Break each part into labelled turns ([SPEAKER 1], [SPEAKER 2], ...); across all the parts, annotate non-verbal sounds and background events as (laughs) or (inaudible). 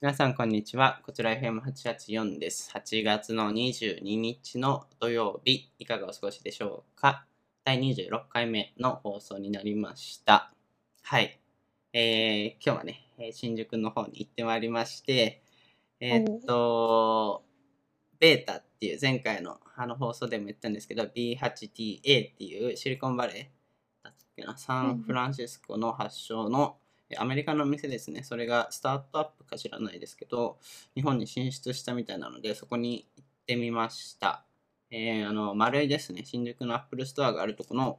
[SPEAKER 1] 皆さん、こんにちは。こちら FM884 です。8月の22日の土曜日、いかがお過ごしでしょうか第26回目の放送になりました。はい。えー、今日はね、えー新宿の方に行ってまいりまして、えーっと、ベータっていう前回のあの放送でも言ったんですけど、B8TA っていうシリコンバレーだったっけな、サンフランシスコの発祥の、えアメリカのお店ですね。それがスタートアップか知らないですけど、日本に進出したみたいなので、そこに行ってみました。えーあの、丸いですね。新宿のアップルストアがあるとこの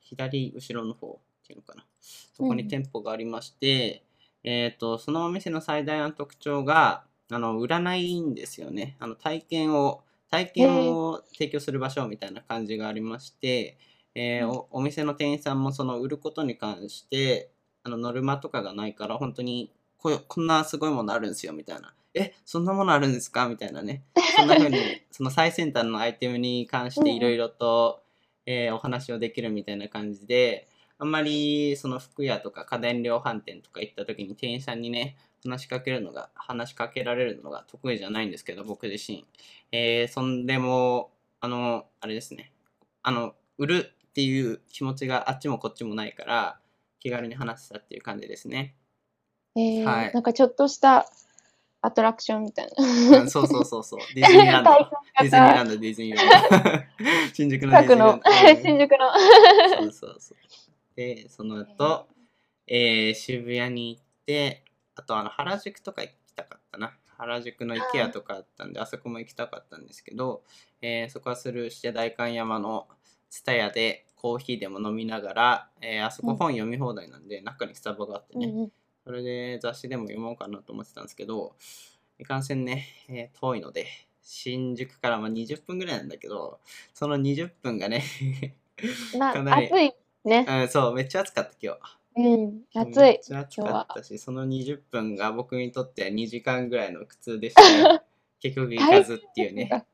[SPEAKER 1] 左後ろの方っていうのかな。そこ
[SPEAKER 2] うんう
[SPEAKER 1] に
[SPEAKER 2] ん
[SPEAKER 1] 店舗がありまして、えっ、と、そのお店の最大の特徴が、あの、売らないんですよね。あの、体験を、体験を提供する場所みたいな感じがありまして、えー
[SPEAKER 2] うん
[SPEAKER 1] おお店の店員さんもその売ることに関して、あの、ノルマとかがないから、本当にこうこんなすごいものあるんですよみたいな。え、そんなものあるんですかみたいなね。そんな風に、その最先端のアイテムに関していろいろと、えーお話をできるみたいな感じで、あんまりその服屋とか家電量販店とか行った時に店員さんにね、話しかけるのが、話しかけられるのが得意じゃないんですけど、僕自身。えーそんでも、あの、あれですね。あの、売るっていう気持ちがあっちもこっちもないから、気軽に話したっていう感じですね。
[SPEAKER 2] えー
[SPEAKER 1] はい
[SPEAKER 2] なんかちょっとしたアトラクションみたいな。
[SPEAKER 1] うんそうそうそう
[SPEAKER 2] (laughs)
[SPEAKER 1] そう。ディズニーランド。ディズニーラ
[SPEAKER 2] ン
[SPEAKER 1] ンド、ディズニーランド。
[SPEAKER 2] (laughs)
[SPEAKER 1] 新宿のディズニー
[SPEAKER 2] 近く
[SPEAKER 1] ラン
[SPEAKER 2] の
[SPEAKER 1] ド。、
[SPEAKER 2] 新宿の。
[SPEAKER 1] そうそうそう。で、その後、えー渋谷に行って、あとあの原宿とか行きたかったな。原宿の IKEA とかあったんで、あそこも行きたかったんですけど、えーそこはスルーして代官山の蔦屋でコーヒーでも飲みながら、えーあそこ本読み放題なんで、中にスタバがあって
[SPEAKER 2] うん
[SPEAKER 1] ね、
[SPEAKER 2] うん
[SPEAKER 1] それで雑誌でも読もうかなと思ってたんですけど、いかんせんね、えー遠いので、新宿からまあ20分ぐらいなんだけど、その20分
[SPEAKER 2] (laughs)
[SPEAKER 1] がね、
[SPEAKER 2] ま
[SPEAKER 1] かな
[SPEAKER 2] あ、
[SPEAKER 1] り
[SPEAKER 2] 暑いね。
[SPEAKER 1] うん、そう、めっちゃ暑かった今日。
[SPEAKER 2] うん、暑
[SPEAKER 1] め
[SPEAKER 2] い
[SPEAKER 1] っ。ちゃ暑かったし、その20分が僕にとっては2時間ぐらいの苦痛でした
[SPEAKER 2] (laughs)
[SPEAKER 1] ね。結局行かずっていうね。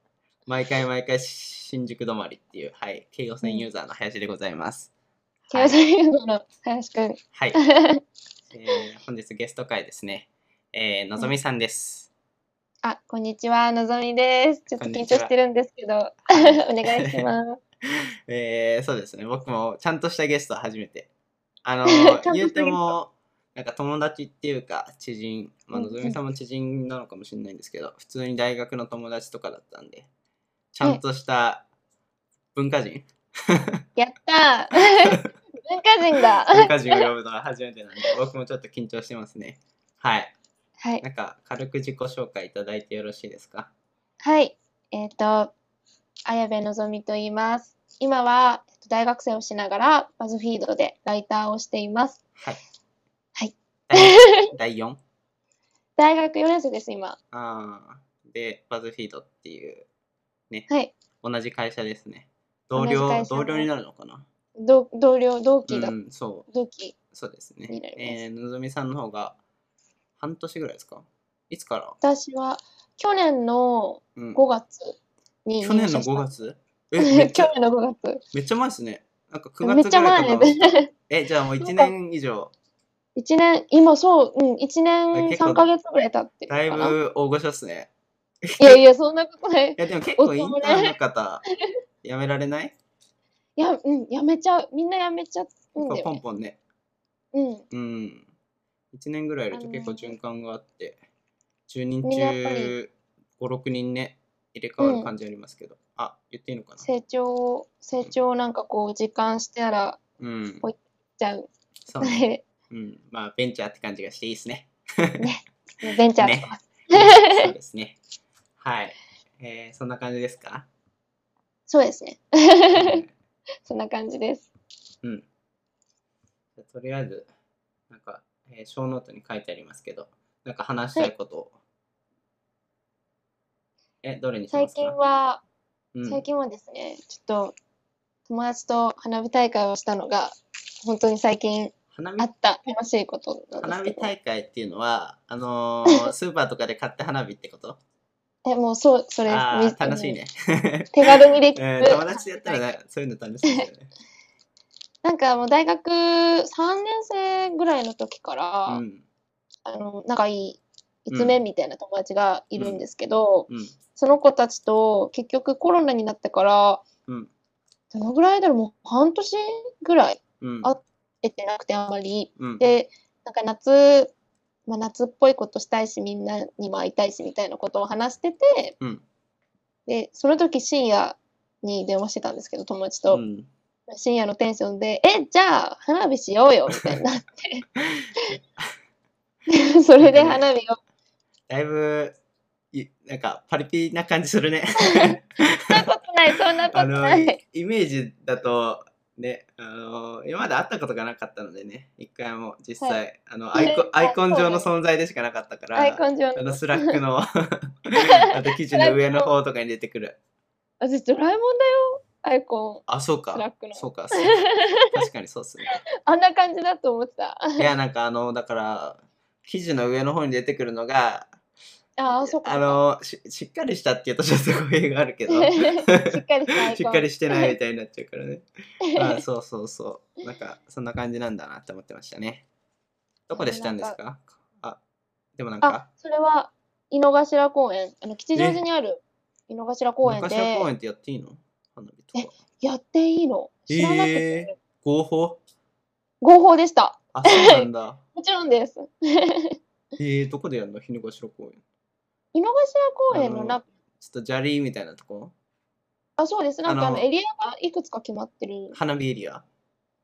[SPEAKER 1] 毎回毎回新宿止まりっていう、はい、京王線ユーザーの林でございます。
[SPEAKER 2] 気をつけの、林くん。
[SPEAKER 1] はい。えー本日ゲスト会ですね。えーのぞみさんです。
[SPEAKER 2] あ、こんにちは、のぞみです。ちょっと
[SPEAKER 1] こん
[SPEAKER 2] 緊
[SPEAKER 1] にちは
[SPEAKER 2] 張してるんですけど、お
[SPEAKER 1] はい
[SPEAKER 2] 願い
[SPEAKER 1] (laughs)
[SPEAKER 2] します。
[SPEAKER 1] えーそうですね。僕もちゃんとしたゲストは初めて。あの
[SPEAKER 2] (laughs) ちゃ、んとしたゲ
[SPEAKER 1] 言う
[SPEAKER 2] スト
[SPEAKER 1] ても、なんか友達っていうか、知人、まあ、
[SPEAKER 2] うん
[SPEAKER 1] の
[SPEAKER 2] うん
[SPEAKER 1] ぞみさんも知人なのかもしれないんですけど、普通に大学の友達とかだったんで、ちゃんとした文化人
[SPEAKER 2] やったー文化人だ
[SPEAKER 1] 文化人を呼ぶのは初めて
[SPEAKER 2] (laughs)
[SPEAKER 1] なんで、僕もちょっと緊張してますね。はい。
[SPEAKER 2] はい。
[SPEAKER 1] なんか、軽く自己紹介いただいてよろしいですか
[SPEAKER 2] はい、えっと、綾部のぞみと言います。今はえっと大学生をしながら、バズフィードでライターをしています。
[SPEAKER 1] はい。
[SPEAKER 2] はい (laughs)
[SPEAKER 1] 第。第4。
[SPEAKER 2] 大学4年生です、今。
[SPEAKER 1] あーで、バズフィードっていう、ね、
[SPEAKER 2] はい
[SPEAKER 1] 同じ会社ですね。同
[SPEAKER 2] 同じ
[SPEAKER 1] 僚
[SPEAKER 2] 会、社
[SPEAKER 1] 同僚になるのかな
[SPEAKER 2] 同同僚、同期だ
[SPEAKER 1] う、ん、そう、
[SPEAKER 2] 同期。
[SPEAKER 1] そうですね
[SPEAKER 2] にな。ります
[SPEAKER 1] えー、のぞみさんの方が、半年ぐらいですかいつから、
[SPEAKER 2] 私は去年の
[SPEAKER 1] うん、
[SPEAKER 2] 5月に
[SPEAKER 1] 去年
[SPEAKER 2] 入社
[SPEAKER 1] の
[SPEAKER 2] した
[SPEAKER 1] 5月え、めっちゃ
[SPEAKER 2] (laughs) 去、年の5月。
[SPEAKER 1] めっちゃ前ですね。なんか9
[SPEAKER 2] めっ
[SPEAKER 1] 月
[SPEAKER 2] ちゃ
[SPEAKER 1] ぐらいか
[SPEAKER 2] 前
[SPEAKER 1] と思っ
[SPEAKER 2] で (laughs)
[SPEAKER 1] て。
[SPEAKER 2] す。
[SPEAKER 1] え、じゃあもう1
[SPEAKER 2] なんか
[SPEAKER 1] 年以上、
[SPEAKER 2] 1年、今そう、うん、1
[SPEAKER 1] あ
[SPEAKER 2] 年
[SPEAKER 1] 結構
[SPEAKER 2] 3ヶ月ぐらい経ってる
[SPEAKER 1] だい
[SPEAKER 2] かな。い
[SPEAKER 1] ぶ大御所っすね。
[SPEAKER 2] やいや、そんなことない
[SPEAKER 1] い。や、でも結構インターンの方、やめられない
[SPEAKER 2] いや、うん、やめちゃう。みんなやめちゃうんだ
[SPEAKER 1] 結構
[SPEAKER 2] よ
[SPEAKER 1] ポン
[SPEAKER 2] ね。
[SPEAKER 1] ポンね。
[SPEAKER 2] うん。
[SPEAKER 1] うん。1年ぐらいいると結構
[SPEAKER 2] あのー
[SPEAKER 1] 循環があって、10人
[SPEAKER 2] みんなやっぱり
[SPEAKER 1] 中5、6人ね、入れ替わる感じありますけど。あ、言っていいのかな
[SPEAKER 2] 成長を成長をなんかこう実感したら
[SPEAKER 1] うん。
[SPEAKER 2] ぽいじゃう
[SPEAKER 1] そう
[SPEAKER 2] の
[SPEAKER 1] ね。
[SPEAKER 2] で
[SPEAKER 1] うん。まあ、ベンチャーって感じがしていいですね。
[SPEAKER 2] (laughs) ベンチャーしてます。
[SPEAKER 1] そうですね。はい。えーそんな感じです
[SPEAKER 2] (laughs)
[SPEAKER 1] か
[SPEAKER 2] そうですね。
[SPEAKER 1] うん
[SPEAKER 2] そんな感じです。
[SPEAKER 1] うん。じゃあとりあえず、なんか、えー、ショーノートに書いてありますけど、なんか話したいことを。え、どれにしま
[SPEAKER 2] 最
[SPEAKER 1] すか
[SPEAKER 2] 近は
[SPEAKER 1] うん
[SPEAKER 2] 最近はですね、ちょっと友達と花火大会をしたのが本当に最近
[SPEAKER 1] 花見
[SPEAKER 2] あった楽しいことなんです
[SPEAKER 1] 花
[SPEAKER 2] け
[SPEAKER 1] 火
[SPEAKER 2] ど、
[SPEAKER 1] 大会っていうのは、あの
[SPEAKER 2] (laughs)
[SPEAKER 1] ースーパーとかで買って花火ってこと
[SPEAKER 2] えもうそうそれです
[SPEAKER 1] あ
[SPEAKER 2] み
[SPEAKER 1] あ、楽しい
[SPEAKER 2] (laughs)
[SPEAKER 1] ね。
[SPEAKER 2] 手軽
[SPEAKER 1] (laughs)
[SPEAKER 2] にできる、
[SPEAKER 1] うん友達でやったらね、そういうの楽しいですよね。
[SPEAKER 2] なんかもう大学3年生ぐらいの時から、
[SPEAKER 1] うん。
[SPEAKER 2] あの仲いい5つ目みたいな友達がいるんですけど、
[SPEAKER 1] うん。
[SPEAKER 2] その子たちと結局コロナになってから、
[SPEAKER 1] うん。
[SPEAKER 2] どのぐらいだろう、もう半年ぐらい
[SPEAKER 1] うん。
[SPEAKER 2] あ出てなくてあんまり。
[SPEAKER 1] うん。
[SPEAKER 2] で、なんか夏、まあ、夏っぽいことしたいし、みんなにも会いたいしみたいなことを話してて、
[SPEAKER 1] うん。
[SPEAKER 2] で、その時深夜に電話してたんですけど、友達
[SPEAKER 1] う
[SPEAKER 2] と。
[SPEAKER 1] ん。
[SPEAKER 2] 深夜のテンションで、え、じゃあ花火しようよみたいにな
[SPEAKER 1] (laughs)
[SPEAKER 2] って。それで花火を、
[SPEAKER 1] だいぶ、いなんか、パリピな感じする
[SPEAKER 2] (laughs)
[SPEAKER 1] ね。
[SPEAKER 2] そんなことない、そんなこと
[SPEAKER 1] あ
[SPEAKER 2] な
[SPEAKER 1] の、
[SPEAKER 2] い。
[SPEAKER 1] イイメージだと、ね、あの今まで会ったことがなかったのでね、一回も実際、
[SPEAKER 2] は
[SPEAKER 1] あのアイコン
[SPEAKER 2] ね
[SPEAKER 1] アイコン上の存在でしかなかったから、
[SPEAKER 2] アイコン上
[SPEAKER 1] あ
[SPEAKER 2] の。
[SPEAKER 1] のスラック
[SPEAKER 2] (laughs)
[SPEAKER 1] の (laughs) あと記事の上の方とかに出てくる。
[SPEAKER 2] 私、ドラえもんだよ、アイコン。
[SPEAKER 1] あ、そうか。
[SPEAKER 2] スラックの
[SPEAKER 1] そうか。そう
[SPEAKER 2] (laughs)
[SPEAKER 1] 確かにそうっすね。
[SPEAKER 2] あんな感じだと思ってた。
[SPEAKER 1] いや、なんかあの、だから、記事の上の方に出てくるのが、
[SPEAKER 2] ああ、そっか。
[SPEAKER 1] あのし、しっかりしたって言うとちょっと語弊があるけど、
[SPEAKER 2] (laughs) しっかりしたアイコン。
[SPEAKER 1] しっかりしてないみたいになっちゃう
[SPEAKER 2] (laughs)
[SPEAKER 1] からね。あそうそうそう。なんか、そんな感じなんだなって思ってましたね。どこでしたんですかあ、でもなん
[SPEAKER 2] あ
[SPEAKER 1] か、、
[SPEAKER 2] それは井の頭公園、あの吉祥寺にある井の頭公園で、
[SPEAKER 1] 昔は公園ってやっていいの花火とか。
[SPEAKER 2] やっていいの知らなくて、
[SPEAKER 1] え合法
[SPEAKER 2] 合法でした。
[SPEAKER 1] あ、そうなん
[SPEAKER 2] (laughs)
[SPEAKER 1] だ。
[SPEAKER 2] もちろんです。
[SPEAKER 1] えー、どこでやるの日の頭公園。
[SPEAKER 2] 井の頭公園の
[SPEAKER 1] あ
[SPEAKER 2] 中、
[SPEAKER 1] ちょっと砂利みたいなとこ
[SPEAKER 2] あそうです。なんかあの
[SPEAKER 1] あの
[SPEAKER 2] エリアがいくつか決まってる。
[SPEAKER 1] 花火エリア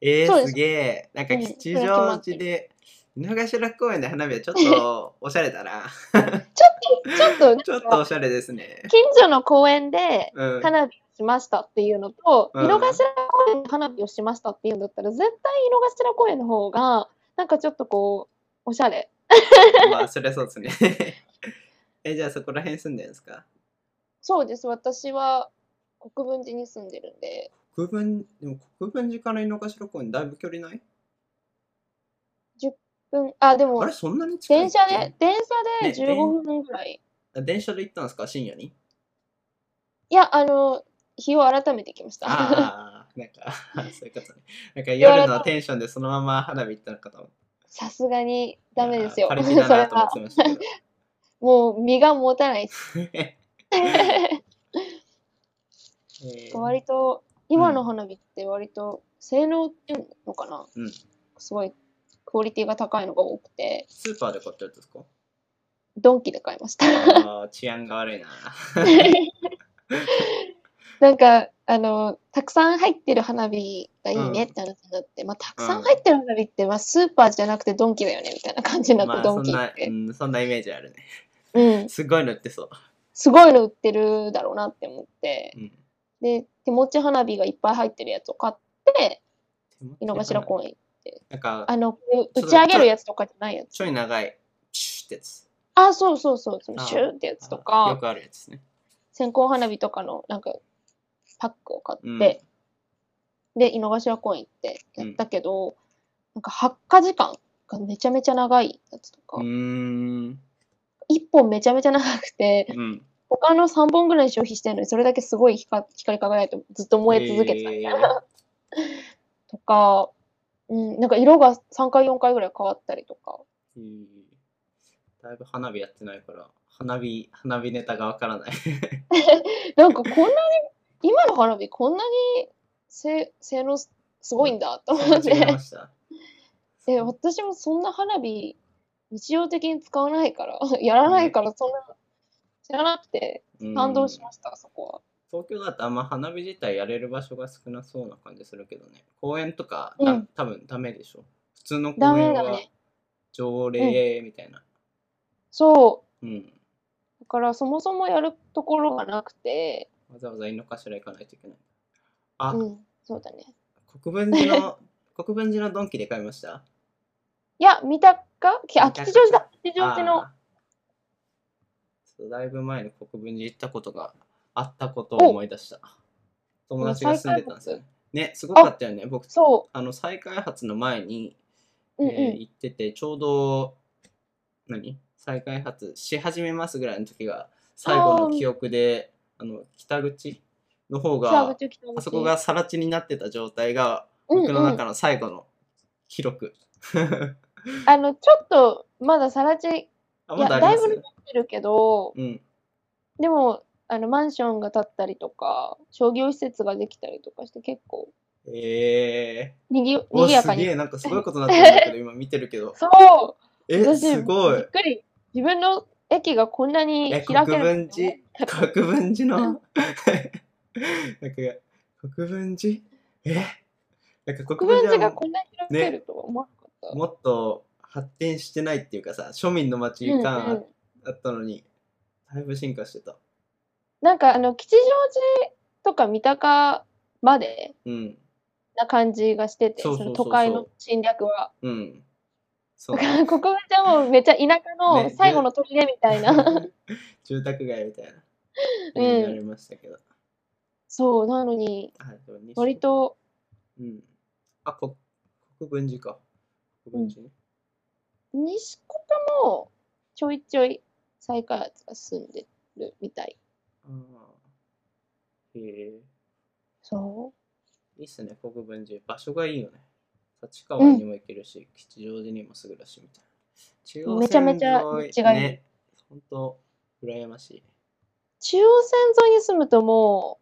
[SPEAKER 1] え
[SPEAKER 2] そう
[SPEAKER 1] ー、
[SPEAKER 2] です
[SPEAKER 1] すげえ。なんか
[SPEAKER 2] うん
[SPEAKER 1] 吉祥寺で、井の頭公園で花火はちょっとおしゃれだ
[SPEAKER 2] (laughs)
[SPEAKER 1] な。
[SPEAKER 2] ちょっと、ちょっと、
[SPEAKER 1] ちょっとおしゃれですね。
[SPEAKER 2] 近所の公園で
[SPEAKER 1] うん。
[SPEAKER 2] (laughs) 花火をしましたっていうのと、
[SPEAKER 1] うん
[SPEAKER 2] 井の頭公園で花火をしましたっていうんだったら、絶対井の頭公園の方が、なんかちょっとこう、おしゃれ。
[SPEAKER 1] まあ、そりゃそうですね。 (laughs) え、じゃあそこら辺住んでるんですか
[SPEAKER 2] そうです。私は国分寺に住んでるんで。
[SPEAKER 1] 国分、でも国分寺から井の頭公園だいぶ距離ない
[SPEAKER 2] うん、あ、で
[SPEAKER 1] あ
[SPEAKER 2] も
[SPEAKER 1] れ、、そんなに近い
[SPEAKER 2] 電車で、電車
[SPEAKER 1] ね
[SPEAKER 2] で15分ぐらい。
[SPEAKER 1] で電車で行ったんですか深夜に
[SPEAKER 2] いや、あの、日を改めてきました。
[SPEAKER 1] ああ、なんか、 (laughs) そういうことね。なんか夜
[SPEAKER 2] 言われ
[SPEAKER 1] の
[SPEAKER 2] た
[SPEAKER 1] テンションでそのまま花火行ったのかと思って。
[SPEAKER 2] さすがにダメですよ。
[SPEAKER 1] パ
[SPEAKER 2] (laughs) そ
[SPEAKER 1] リピ
[SPEAKER 2] れ
[SPEAKER 1] だなと思っ
[SPEAKER 2] は、
[SPEAKER 1] てましたけど。
[SPEAKER 2] もう身が持た
[SPEAKER 1] (laughs)
[SPEAKER 2] ないし。
[SPEAKER 1] えー (laughs)
[SPEAKER 2] 割と、今の花火って割と、性能っていうのかな、
[SPEAKER 1] うん
[SPEAKER 2] すごい、クオリティが高いのが多くて、
[SPEAKER 1] スーパーで買ったやつですか
[SPEAKER 2] ドンキで買いました。 (laughs)
[SPEAKER 1] あー治安が悪いな。
[SPEAKER 2] なんか、あの、たくさん入ってる花火がいいねって話になって、まあ、たくさん入ってる花火って、まあ、スーパーじゃなくてドンキだよねみたいな感じになって、
[SPEAKER 1] まあ、
[SPEAKER 2] ド
[SPEAKER 1] そ
[SPEAKER 2] ン
[SPEAKER 1] ん
[SPEAKER 2] キ
[SPEAKER 1] な
[SPEAKER 2] っ、
[SPEAKER 1] う
[SPEAKER 2] て。
[SPEAKER 1] ん、そんなイメージあるね。
[SPEAKER 2] うん。
[SPEAKER 1] すごいの売ってそう。
[SPEAKER 2] すごいの売ってるだろうなって思って
[SPEAKER 1] う、ん、
[SPEAKER 2] で、手持ち花火がいっぱい入ってるやつを買って、井の頭公園、
[SPEAKER 1] なんか、
[SPEAKER 2] あの、こう
[SPEAKER 1] ちょっと
[SPEAKER 2] 打ち上げるやつとかじゃないやつ。
[SPEAKER 1] ちょい長い、シュッってやつ。
[SPEAKER 2] あ、そうそうそう、その
[SPEAKER 1] あ
[SPEAKER 2] シューってやつと
[SPEAKER 1] よ
[SPEAKER 2] か、
[SPEAKER 1] くあるやつですね。
[SPEAKER 2] 線香花火とかのなんか、パックを買
[SPEAKER 1] うん
[SPEAKER 2] って、で、井の頭公園行ってやったけど、なんか発火時間がめちゃめちゃ長いやつとか
[SPEAKER 1] う、ーん。
[SPEAKER 2] 一、本めちゃめちゃ長くて、
[SPEAKER 1] うん。
[SPEAKER 2] 他の3本ぐらい消費してるのに、それだけすごい光光り輝いてずっと燃え続けてたみたいな。とか、うん、なんか色が3回4回ぐらい変わったりとか。
[SPEAKER 1] えーだいぶ花火やってないから、花火、花火ネタがわから
[SPEAKER 2] (laughs)
[SPEAKER 1] ない。
[SPEAKER 2] なんかこんなに、今の花火こんなに性性能すごいんだと思っ
[SPEAKER 1] 間違え
[SPEAKER 2] (laughs) て。
[SPEAKER 1] ました。
[SPEAKER 2] で、私もそんな花火日常的に使わないから、 (laughs) やらないからそんな、知らなくて
[SPEAKER 1] うん
[SPEAKER 2] 感動しました、そこ
[SPEAKER 1] 東京だとあんま花火自体やれる場所が少なそうな感じするけどね公園とか、た
[SPEAKER 2] うん
[SPEAKER 1] 多分ダメでしょ普通の公
[SPEAKER 2] ダメ
[SPEAKER 1] 園
[SPEAKER 2] ダメ
[SPEAKER 1] は条例みたいな
[SPEAKER 2] は。そ
[SPEAKER 1] うん、
[SPEAKER 2] う。だからそもそもやるところがなくて、
[SPEAKER 1] わざわざ井の頭行かないといけないあ、
[SPEAKER 2] うん、そうだね。
[SPEAKER 1] 国分寺の (laughs) 国分寺のドンキで買いました
[SPEAKER 2] いや、三鷹あ、
[SPEAKER 1] 三鷹
[SPEAKER 2] 吉祥寺だ。吉祥寺の。
[SPEAKER 1] あーそうだいぶ前に国分寺行ったことがあったことを思い出した友達が住んでたんですよねねすごかったよね僕
[SPEAKER 2] そ
[SPEAKER 1] あの再開発の前に
[SPEAKER 2] う。うんうん。
[SPEAKER 1] えー行っててちょうど何再開発し始めますぐらいの時が最後の記憶であの北口の方
[SPEAKER 2] 北
[SPEAKER 1] が
[SPEAKER 2] 口北口
[SPEAKER 1] あそこが更地になってた状態が
[SPEAKER 2] うんうん
[SPEAKER 1] 僕の中の最後の記録 (laughs)
[SPEAKER 2] あの、ちょっと、まださら地
[SPEAKER 1] あ、
[SPEAKER 2] いや
[SPEAKER 1] まだあります
[SPEAKER 2] だいぶてるけど、
[SPEAKER 1] うん。
[SPEAKER 2] でも、あの、マンションが建ったりとか、商業施設ができたりとかして結構、
[SPEAKER 1] え
[SPEAKER 2] にぎ、
[SPEAKER 1] ー。お、
[SPEAKER 2] にぎや
[SPEAKER 1] す
[SPEAKER 2] か
[SPEAKER 1] げ
[SPEAKER 2] に。
[SPEAKER 1] え、なんかすごいことになってるんだけど、今見てるけど。
[SPEAKER 2] そう
[SPEAKER 1] え、
[SPEAKER 2] 私
[SPEAKER 1] すご
[SPEAKER 2] び
[SPEAKER 1] い
[SPEAKER 2] っ。くり。自分の駅がこんなに
[SPEAKER 1] え、
[SPEAKER 2] 開
[SPEAKER 1] 国
[SPEAKER 2] ける
[SPEAKER 1] 分
[SPEAKER 2] んだ
[SPEAKER 1] 寺
[SPEAKER 2] ね。 (laughs)
[SPEAKER 1] 国分寺 (laughs) の。なんか、国分寺えなんか
[SPEAKER 2] 国
[SPEAKER 1] 国分
[SPEAKER 2] 分
[SPEAKER 1] 寺
[SPEAKER 2] 寺
[SPEAKER 1] は
[SPEAKER 2] がこんなに開けるとは思わなかっ
[SPEAKER 1] もっと発展してないっていうかさ、庶民の街
[SPEAKER 2] た。
[SPEAKER 1] 感
[SPEAKER 2] うんう
[SPEAKER 1] あ
[SPEAKER 2] ん
[SPEAKER 1] あったのに、だいぶ進化してた。
[SPEAKER 2] なんかあの吉祥寺とか三鷹まで
[SPEAKER 1] うん。
[SPEAKER 2] な感じがしてて、
[SPEAKER 1] そうそ
[SPEAKER 2] そ
[SPEAKER 1] うそう
[SPEAKER 2] の
[SPEAKER 1] そう
[SPEAKER 2] 都会の侵略は。 (laughs)
[SPEAKER 1] うん。そう。
[SPEAKER 2] 国分寺はもうめっちゃ田舎の
[SPEAKER 1] ね
[SPEAKER 2] 最後の砦みたいな。
[SPEAKER 1] (laughs) 住宅街みたいな。
[SPEAKER 2] うん
[SPEAKER 1] になりましたけど。
[SPEAKER 2] そう、なのに、
[SPEAKER 1] あでも西
[SPEAKER 2] 割と、
[SPEAKER 1] うん。あ、こ国分寺か。国分寺ね。
[SPEAKER 2] 西小田もちょいちょい再開発が進んでるみたい。
[SPEAKER 1] ああ。へえ。
[SPEAKER 2] そ
[SPEAKER 1] いいっすね、国分寺。場所がいいよね。立川にも行けるし、吉祥寺にもすぐだしみたいな。中央
[SPEAKER 2] めちゃめちゃ
[SPEAKER 1] 線沿い
[SPEAKER 2] 道がいい
[SPEAKER 1] ね。本当羨ましい。
[SPEAKER 2] う。中央線沿いに住むとも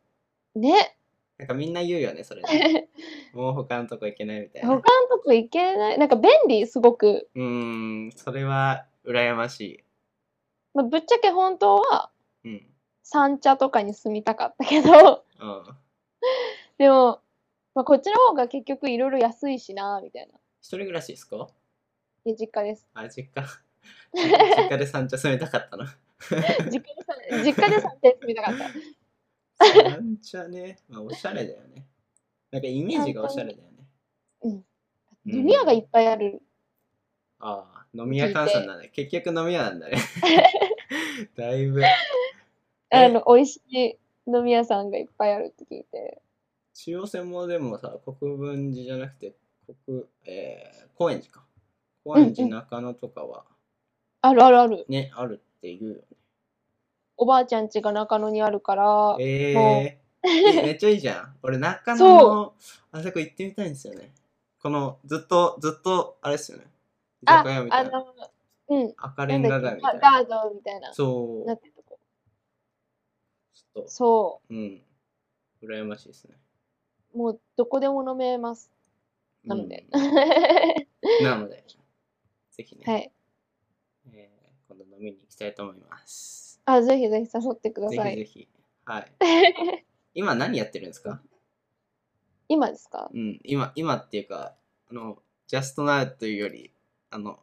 [SPEAKER 2] う、ね、
[SPEAKER 1] なんかみんな言うよね、それ
[SPEAKER 2] (laughs)
[SPEAKER 1] ね。もう他のとこ行けないみたい
[SPEAKER 2] 他
[SPEAKER 1] な
[SPEAKER 2] の。とこ行けない。なんか便利、すごく。
[SPEAKER 1] うーん、それは羨まし
[SPEAKER 2] まあ、ぶっちゃけ本当は、
[SPEAKER 1] い。うん。
[SPEAKER 2] 三茶とかに住みたかったけど、 (laughs)
[SPEAKER 1] うん。
[SPEAKER 2] でも、まあ、こっちの方が結局いろいろ安いしな、みたいな。
[SPEAKER 1] 一人暮らしですか
[SPEAKER 2] で、実家です。
[SPEAKER 1] あ、実
[SPEAKER 2] (laughs)
[SPEAKER 1] 家。実家で三茶住みたかったの。
[SPEAKER 2] 実家でさ、実家で三茶に住みたかった。
[SPEAKER 1] 三茶ね。まあ、おしゃれだよね。なんかイメージがおしゃれだよね。
[SPEAKER 2] うん
[SPEAKER 1] うん
[SPEAKER 2] 飲み屋がいっぱいある。
[SPEAKER 1] ああ、飲み屋換算なんだね。結局飲み屋なんだ
[SPEAKER 2] (laughs)
[SPEAKER 1] ね。だいぶ。え
[SPEAKER 2] あの、美味しい飲み屋さんがいっぱいあるって聞いて。
[SPEAKER 1] 中央線もでもさ、国分寺じゃなくて、国、えー、高円寺か。高円寺
[SPEAKER 2] うん
[SPEAKER 1] 中野とかは
[SPEAKER 2] あるあるある。
[SPEAKER 1] ね、あるっていうよね。
[SPEAKER 2] おばあちゃん家が中野にあるから、
[SPEAKER 1] え
[SPEAKER 2] もう
[SPEAKER 1] えー、めっちゃいいじゃん。俺、中野の
[SPEAKER 2] そ
[SPEAKER 1] あそこ行ってみたいんですよね。この、ずっと、ずっと、あれですよね。居
[SPEAKER 2] あ
[SPEAKER 1] 酒屋み、た
[SPEAKER 2] あ
[SPEAKER 1] いな。
[SPEAKER 2] の、うん、
[SPEAKER 1] 赤レ
[SPEAKER 2] な
[SPEAKER 1] ン
[SPEAKER 2] ん
[SPEAKER 1] ガ
[SPEAKER 2] だっ
[SPEAKER 1] 街
[SPEAKER 2] け、
[SPEAKER 1] みたい
[SPEAKER 2] ガ
[SPEAKER 1] な。
[SPEAKER 2] ードみたいな。
[SPEAKER 1] そ
[SPEAKER 2] な
[SPEAKER 1] う。
[SPEAKER 2] ってるとこ。
[SPEAKER 1] ちょっ
[SPEAKER 2] そ
[SPEAKER 1] と、うん。羨ましいですね。
[SPEAKER 2] う。もう、どこでも飲
[SPEAKER 1] (laughs)
[SPEAKER 2] めます。なので。
[SPEAKER 1] うん
[SPEAKER 2] (laughs)
[SPEAKER 1] なので、ぜひね、
[SPEAKER 2] はい。
[SPEAKER 1] えー今度飲みに行きたいと思います。
[SPEAKER 2] あ、ぜひぜひ誘ってくだ
[SPEAKER 1] ぜ
[SPEAKER 2] さ
[SPEAKER 1] ひ
[SPEAKER 2] い。
[SPEAKER 1] ぜひ。はい。
[SPEAKER 2] (laughs)
[SPEAKER 1] 今何やってるんですか
[SPEAKER 2] 今ですか
[SPEAKER 1] うん、今、今っていうか、あの、just now というより、あの、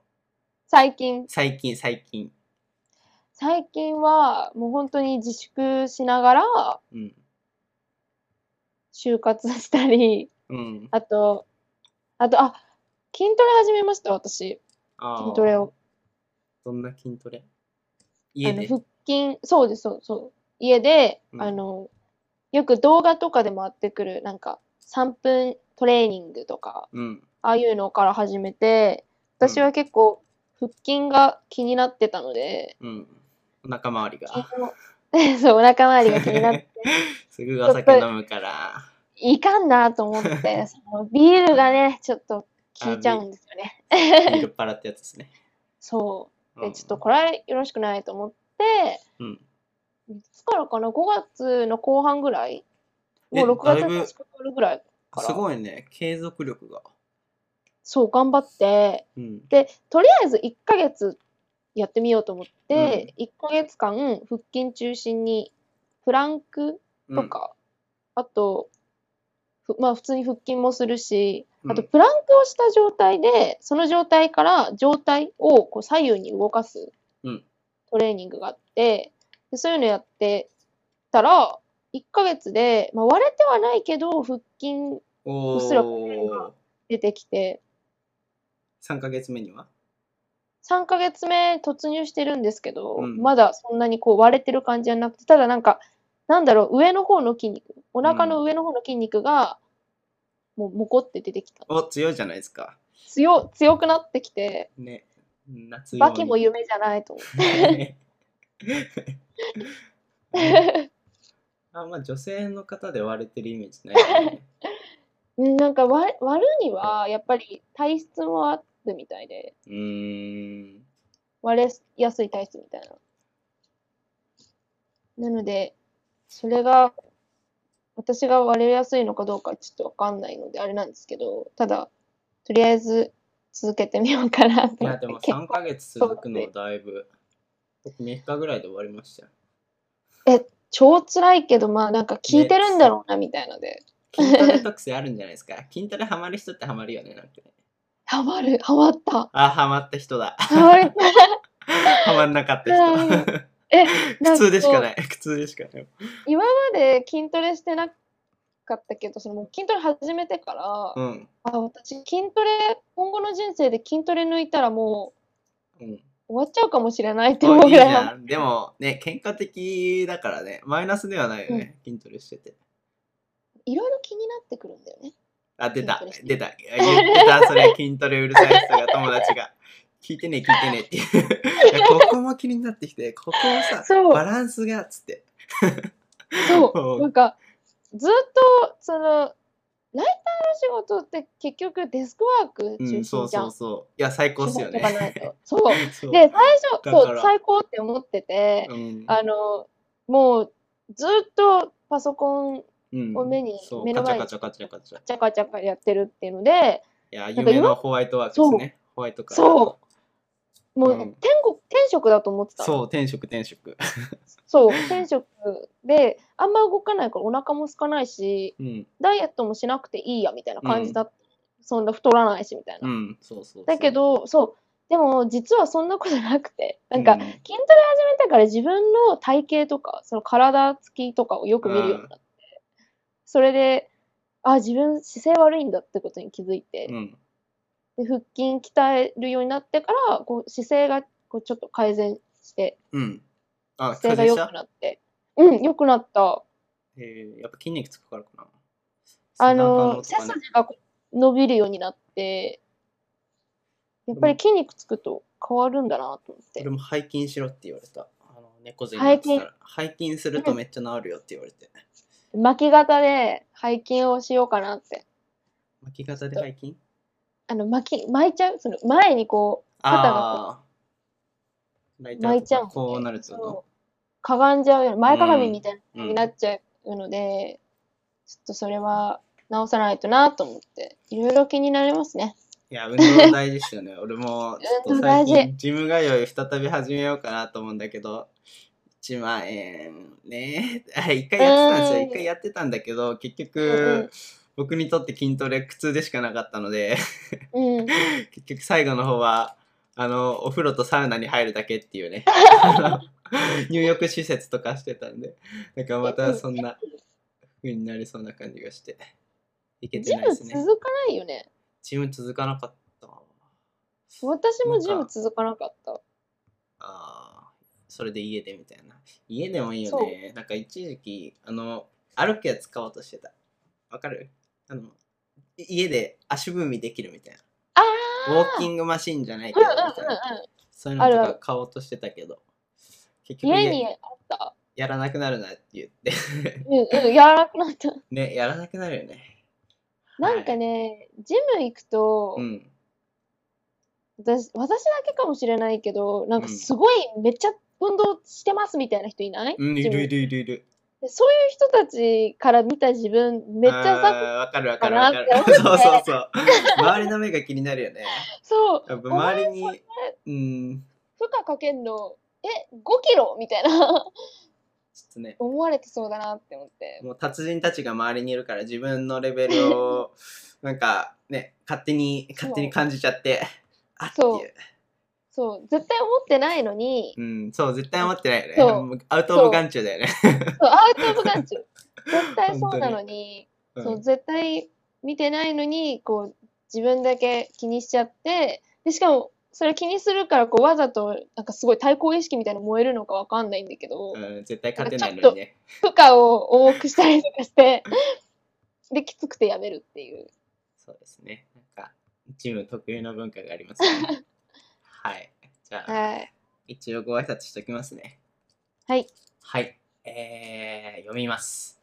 [SPEAKER 2] 最近。
[SPEAKER 1] 最近、最近。
[SPEAKER 2] 最近は、もう本当に自粛しながら、
[SPEAKER 1] うん。
[SPEAKER 2] 就活したり、
[SPEAKER 1] うん。
[SPEAKER 2] あと、あと、あ、筋トレ始めました、私。
[SPEAKER 1] あー
[SPEAKER 2] 筋トレを。
[SPEAKER 1] どんな筋トレ
[SPEAKER 2] あ
[SPEAKER 1] 家
[SPEAKER 2] の、
[SPEAKER 1] で。
[SPEAKER 2] 腹筋、そうです、そうそう。家で、
[SPEAKER 1] うん
[SPEAKER 2] あの、よく動画とかで回ってくる、なんか、3分トレーニングとか、
[SPEAKER 1] うん。
[SPEAKER 2] ああいうのから始めて、私は結構腹筋が気になってたので、
[SPEAKER 1] うん。お腹周りが。
[SPEAKER 2] (laughs) そう、お腹周りが気になって、
[SPEAKER 1] すぐお酒飲む
[SPEAKER 2] (laughs)
[SPEAKER 1] から。
[SPEAKER 2] いかんなと
[SPEAKER 1] (laughs)
[SPEAKER 2] 思って、そのビールがね、ちょっと効いちゃうんですよね。
[SPEAKER 1] ビールパラってやつですね。
[SPEAKER 2] そう。
[SPEAKER 1] う
[SPEAKER 2] で、
[SPEAKER 1] ん
[SPEAKER 2] ちょっとこれはよろしくないと思って、
[SPEAKER 1] うん。
[SPEAKER 2] いつからかな、5月の後半ぐらい
[SPEAKER 1] え
[SPEAKER 2] もう6月
[SPEAKER 1] だいぶ
[SPEAKER 2] の近くぐらいから
[SPEAKER 1] すごいね。継続力が。
[SPEAKER 2] そう、頑張って、
[SPEAKER 1] うん。
[SPEAKER 2] で、とりあえず1ヶ月やってみようと思って、1ヶ月間腹筋中心にプランク
[SPEAKER 1] うん
[SPEAKER 2] とか、あと、ふまあ普通に腹筋もするし、
[SPEAKER 1] うん
[SPEAKER 2] あとプランクをした状態で、その状態から上体をこう左右に動かす
[SPEAKER 1] うん
[SPEAKER 2] トレーニングがあって、でそういうのやってたら、1ヶ月で、まあ、割れてはないけど、腹筋
[SPEAKER 1] お
[SPEAKER 2] うっすらくれる
[SPEAKER 1] ー
[SPEAKER 2] な。出てきて、
[SPEAKER 1] 3ヶ月目には
[SPEAKER 2] 3ヶ月目突入してるんですけど、
[SPEAKER 1] うん
[SPEAKER 2] まだそんなにこう割れてる感じじゃなくて、ただなんか、なんだろう、上の方の筋肉、お腹の上の方の筋肉が、もう、もこって出てきた。
[SPEAKER 1] お、強いじゃないですか。
[SPEAKER 2] 強、強くなってきて、
[SPEAKER 1] ね。夏
[SPEAKER 2] バキも
[SPEAKER 1] い
[SPEAKER 2] 夢じゃないと思
[SPEAKER 1] (laughs)
[SPEAKER 2] って。
[SPEAKER 1] あんま女性の方で割れてるイメージないよね。
[SPEAKER 2] (laughs) うんなんか割、割るには、やっぱり体質もあるみたいで、
[SPEAKER 1] うーん。
[SPEAKER 2] 割れやすい体質みたいな。なので、それが、私が割れやすいのかどうかちょっとわかんないので、あれなんですけど、ただ、とりあえず続けてみようかなと
[SPEAKER 1] い
[SPEAKER 2] 思
[SPEAKER 1] や、
[SPEAKER 2] っ
[SPEAKER 1] で
[SPEAKER 2] て。
[SPEAKER 1] も
[SPEAKER 2] 結
[SPEAKER 1] 3ヶ月続くのはだいぶ、僕3日ぐらいで終わりました
[SPEAKER 2] (laughs)
[SPEAKER 1] よ。
[SPEAKER 2] 超辛いけど、まあなんか聞いてるんだろうな、みたい
[SPEAKER 1] (laughs)
[SPEAKER 2] ので。
[SPEAKER 1] 筋トレ特性あるんじゃないですか。筋トレハマる人ってハマるよね、なんかね。
[SPEAKER 2] ハマる、ハマった。
[SPEAKER 1] あ、ハマった人だ。 (laughs)
[SPEAKER 2] ハ (laughs) マる。
[SPEAKER 1] ハマんなか (laughs) った人。
[SPEAKER 2] え、
[SPEAKER 1] 苦痛でしか
[SPEAKER 2] い。
[SPEAKER 1] ない。苦痛でしかない。
[SPEAKER 2] 今まで筋トレしてなかったけど、そのもう筋トレ始めてか
[SPEAKER 1] う
[SPEAKER 2] ら、
[SPEAKER 1] ん。
[SPEAKER 2] あ、私筋トレ、今後の人生で筋トレ抜いたらも
[SPEAKER 1] うん。
[SPEAKER 2] う終わっちゃうかもしれないって
[SPEAKER 1] お
[SPEAKER 2] 思う
[SPEAKER 1] いい
[SPEAKER 2] ぐ
[SPEAKER 1] じ
[SPEAKER 2] らいハマ
[SPEAKER 1] ゃん。でもね、喧嘩的だからね、マイナスではないよね、筋トレしてて。
[SPEAKER 2] いろいろ気になってくるんだよね。
[SPEAKER 1] あ、出た
[SPEAKER 2] 筋トレし、て
[SPEAKER 1] 出た。言ってた、それ、筋トレうるさい人が友達が。 (laughs) 聞いてね、聞いてねっていう。い
[SPEAKER 2] (laughs)
[SPEAKER 1] やここも気になってきて、ここもさ
[SPEAKER 2] そ、う
[SPEAKER 1] バランスが、つって。
[SPEAKER 2] そうう。
[SPEAKER 1] (laughs) ん
[SPEAKER 2] なんか、ずっと、その、ライターの仕事って結局デスクワー
[SPEAKER 1] う
[SPEAKER 2] ク中
[SPEAKER 1] ん、そう
[SPEAKER 2] 心じゃ
[SPEAKER 1] そ
[SPEAKER 2] ん。
[SPEAKER 1] うそう。いや、最高っすよ
[SPEAKER 2] 仕事がな
[SPEAKER 1] ね。
[SPEAKER 2] い
[SPEAKER 1] (laughs)
[SPEAKER 2] と。そう。
[SPEAKER 1] そう
[SPEAKER 2] で、最初、
[SPEAKER 1] だか
[SPEAKER 2] そ
[SPEAKER 1] ら
[SPEAKER 2] う、最高って思ってて、
[SPEAKER 1] うん
[SPEAKER 2] あの、もう、ずっとパソコン、
[SPEAKER 1] うん
[SPEAKER 2] お目に
[SPEAKER 1] そう
[SPEAKER 2] 目の前に
[SPEAKER 1] カチャカチャカチャカチャ。い
[SPEAKER 2] ちゃかちゃかやってるっていうので、
[SPEAKER 1] や、
[SPEAKER 2] なんか今
[SPEAKER 1] 夢のホワイトワークですね。ホワイトカラー
[SPEAKER 2] そもう、
[SPEAKER 1] うん
[SPEAKER 2] 天国、天職だと思ってたの。
[SPEAKER 1] そう、転職、転職。
[SPEAKER 2] そう、天職で、あんま動かないからお腹も空かないし、
[SPEAKER 1] うん、
[SPEAKER 2] ダイエットもしなくていいや、みたいな
[SPEAKER 1] う
[SPEAKER 2] 感
[SPEAKER 1] ん
[SPEAKER 2] じだった。そんな太らないし、みたいな
[SPEAKER 1] う。ん、そうそうそう。
[SPEAKER 2] だけど、そう、でも実はそんなことなくて、
[SPEAKER 1] う、
[SPEAKER 2] なんか、筋トレ始めてから自分の体型とか、その体つきとかをよく見るようになって、それで、あ、自分姿勢悪いんだってことに気づいて、
[SPEAKER 1] うん、
[SPEAKER 2] で腹筋鍛えるようになってから、こう姿勢がこうちょっと改善して、
[SPEAKER 1] うん。あ、
[SPEAKER 2] 姿
[SPEAKER 1] 風邪
[SPEAKER 2] 勢が
[SPEAKER 1] し
[SPEAKER 2] 良
[SPEAKER 1] た
[SPEAKER 2] くなって、うん、良くなった。
[SPEAKER 1] えーやっぱ筋肉つくからかな。な
[SPEAKER 2] あ
[SPEAKER 1] んか
[SPEAKER 2] の、背
[SPEAKER 1] とかね
[SPEAKER 2] 筋がこう伸びるようになって、やっぱり筋肉つくと変わるんだなと思って。
[SPEAKER 1] 俺も背筋しろって言われた。あの猫背に
[SPEAKER 2] 背
[SPEAKER 1] なって
[SPEAKER 2] 筋
[SPEAKER 1] たら背筋するとめっちゃ治るよって言われて。
[SPEAKER 2] 巻き型で背筋をしようかなって。
[SPEAKER 1] 巻き方で背筋
[SPEAKER 2] あの、巻き、巻いちゃうその前にこ肩がこう
[SPEAKER 1] ああ。ライ
[SPEAKER 2] う、
[SPEAKER 1] ター
[SPEAKER 2] 巻い
[SPEAKER 1] と
[SPEAKER 2] ちゃ
[SPEAKER 1] か
[SPEAKER 2] うんで。
[SPEAKER 1] こうなるって
[SPEAKER 2] そ
[SPEAKER 1] こ
[SPEAKER 2] うかがんじゃうような、前かがみみたい
[SPEAKER 1] とう
[SPEAKER 2] に
[SPEAKER 1] ん
[SPEAKER 2] なっちゃうので、ちょっとそれは直さないとなと思って、いろいろ気になりますね。
[SPEAKER 1] いや、運動大事ですよね。 (laughs) 俺も、ちょっと最
[SPEAKER 2] 運動大
[SPEAKER 1] 近、ジム通い再び始めようかなと思うんだけど、1万円ね。 (laughs) あ一回やってたんです
[SPEAKER 2] う
[SPEAKER 1] よ。
[SPEAKER 2] ん
[SPEAKER 1] 一回やってたんだけど、結
[SPEAKER 2] うんう
[SPEAKER 1] 局
[SPEAKER 2] ん、
[SPEAKER 1] 僕にとって筋トレ苦痛でしかなかったので、 (laughs)
[SPEAKER 2] うん。
[SPEAKER 1] 結局最後の方は、あの、お風呂とサウナに入るだけっていう
[SPEAKER 2] (laughs)
[SPEAKER 1] ね。入浴施設とかしてたんで、なんかまたそんな風になりそうな感じがして、いけて
[SPEAKER 2] ジ
[SPEAKER 1] ないで
[SPEAKER 2] ム
[SPEAKER 1] すね。
[SPEAKER 2] 続かないよね。
[SPEAKER 1] ジム続かなかったわ。
[SPEAKER 2] 私もジ
[SPEAKER 1] なん
[SPEAKER 2] ム
[SPEAKER 1] か
[SPEAKER 2] 続かなかった。
[SPEAKER 1] ああ、それで家でみたいな。家でもいいよね。なんか一時期、あの、歩くやつ買おうとしてた。わかるあの、い家で足踏みできるみたいな。
[SPEAKER 2] あ
[SPEAKER 1] ウォーキングマシンじゃないけ
[SPEAKER 2] うん
[SPEAKER 1] ど、
[SPEAKER 2] うん
[SPEAKER 1] みたいな。
[SPEAKER 2] う
[SPEAKER 1] そういうのと
[SPEAKER 2] あるあ
[SPEAKER 1] か
[SPEAKER 2] る
[SPEAKER 1] 買おうとしてたけど、結
[SPEAKER 2] んうん。
[SPEAKER 1] 局
[SPEAKER 2] 家に
[SPEAKER 1] 家
[SPEAKER 2] あった。
[SPEAKER 1] やらなくなるなって言って。 (laughs)
[SPEAKER 2] うんうん、柔らかくなった。
[SPEAKER 1] ね、やらなくなるよね。
[SPEAKER 2] なんかね、ジム行くと
[SPEAKER 1] う、ん。
[SPEAKER 2] 私、私だけかもしれないけど、なん
[SPEAKER 1] うん
[SPEAKER 2] かすごいめっちゃ運動してますみたいな人いない
[SPEAKER 1] うん、い
[SPEAKER 2] ジム
[SPEAKER 1] るいるいるいる。
[SPEAKER 2] でそういう人たちから見た自分、めっちゃ
[SPEAKER 1] あ
[SPEAKER 2] さ、
[SPEAKER 1] ーわかるわかるわかる。
[SPEAKER 2] かなっ
[SPEAKER 1] そう
[SPEAKER 2] て思っ
[SPEAKER 1] (laughs)
[SPEAKER 2] て
[SPEAKER 1] そうそう。周りの目が気になるよね。
[SPEAKER 2] そう、
[SPEAKER 1] やっぱ周
[SPEAKER 2] (laughs)
[SPEAKER 1] りに、うん、
[SPEAKER 2] 負荷かけんの、え、5キロみたいな、 (laughs)
[SPEAKER 1] ちょっとね、
[SPEAKER 2] 思われてそうだなって思って。
[SPEAKER 1] もう達人たちが周りにいるから自分のレベルをなんかね勝手に勝手に感じちゃってあって
[SPEAKER 2] そう
[SPEAKER 1] いう
[SPEAKER 2] そう、絶対思ってないのに、
[SPEAKER 1] うん、そう絶対思ってないよね
[SPEAKER 2] そう
[SPEAKER 1] もうアウト・オブ・眼中だよね
[SPEAKER 2] そうアウトオブ眼中。絶対そうなのに、
[SPEAKER 1] う
[SPEAKER 2] そう、
[SPEAKER 1] ん
[SPEAKER 2] 絶対見てないのに、こう、自分だけ気にしちゃって、で、しかも、それ気にするから、こう、わざと、なんかすごい対抗意識みたいなの燃えるのかわかんないんだけど、
[SPEAKER 1] うん絶対勝てないのにね
[SPEAKER 2] 負荷を多くしたりとかして、で、きつくてやめるっていう。
[SPEAKER 1] そうですねなんかチーム特有の文化がありますね
[SPEAKER 2] (laughs)
[SPEAKER 1] はいじゃあ
[SPEAKER 2] はい。
[SPEAKER 1] 一応ご挨拶しときますね
[SPEAKER 2] はい。
[SPEAKER 1] はい、えー、読みます。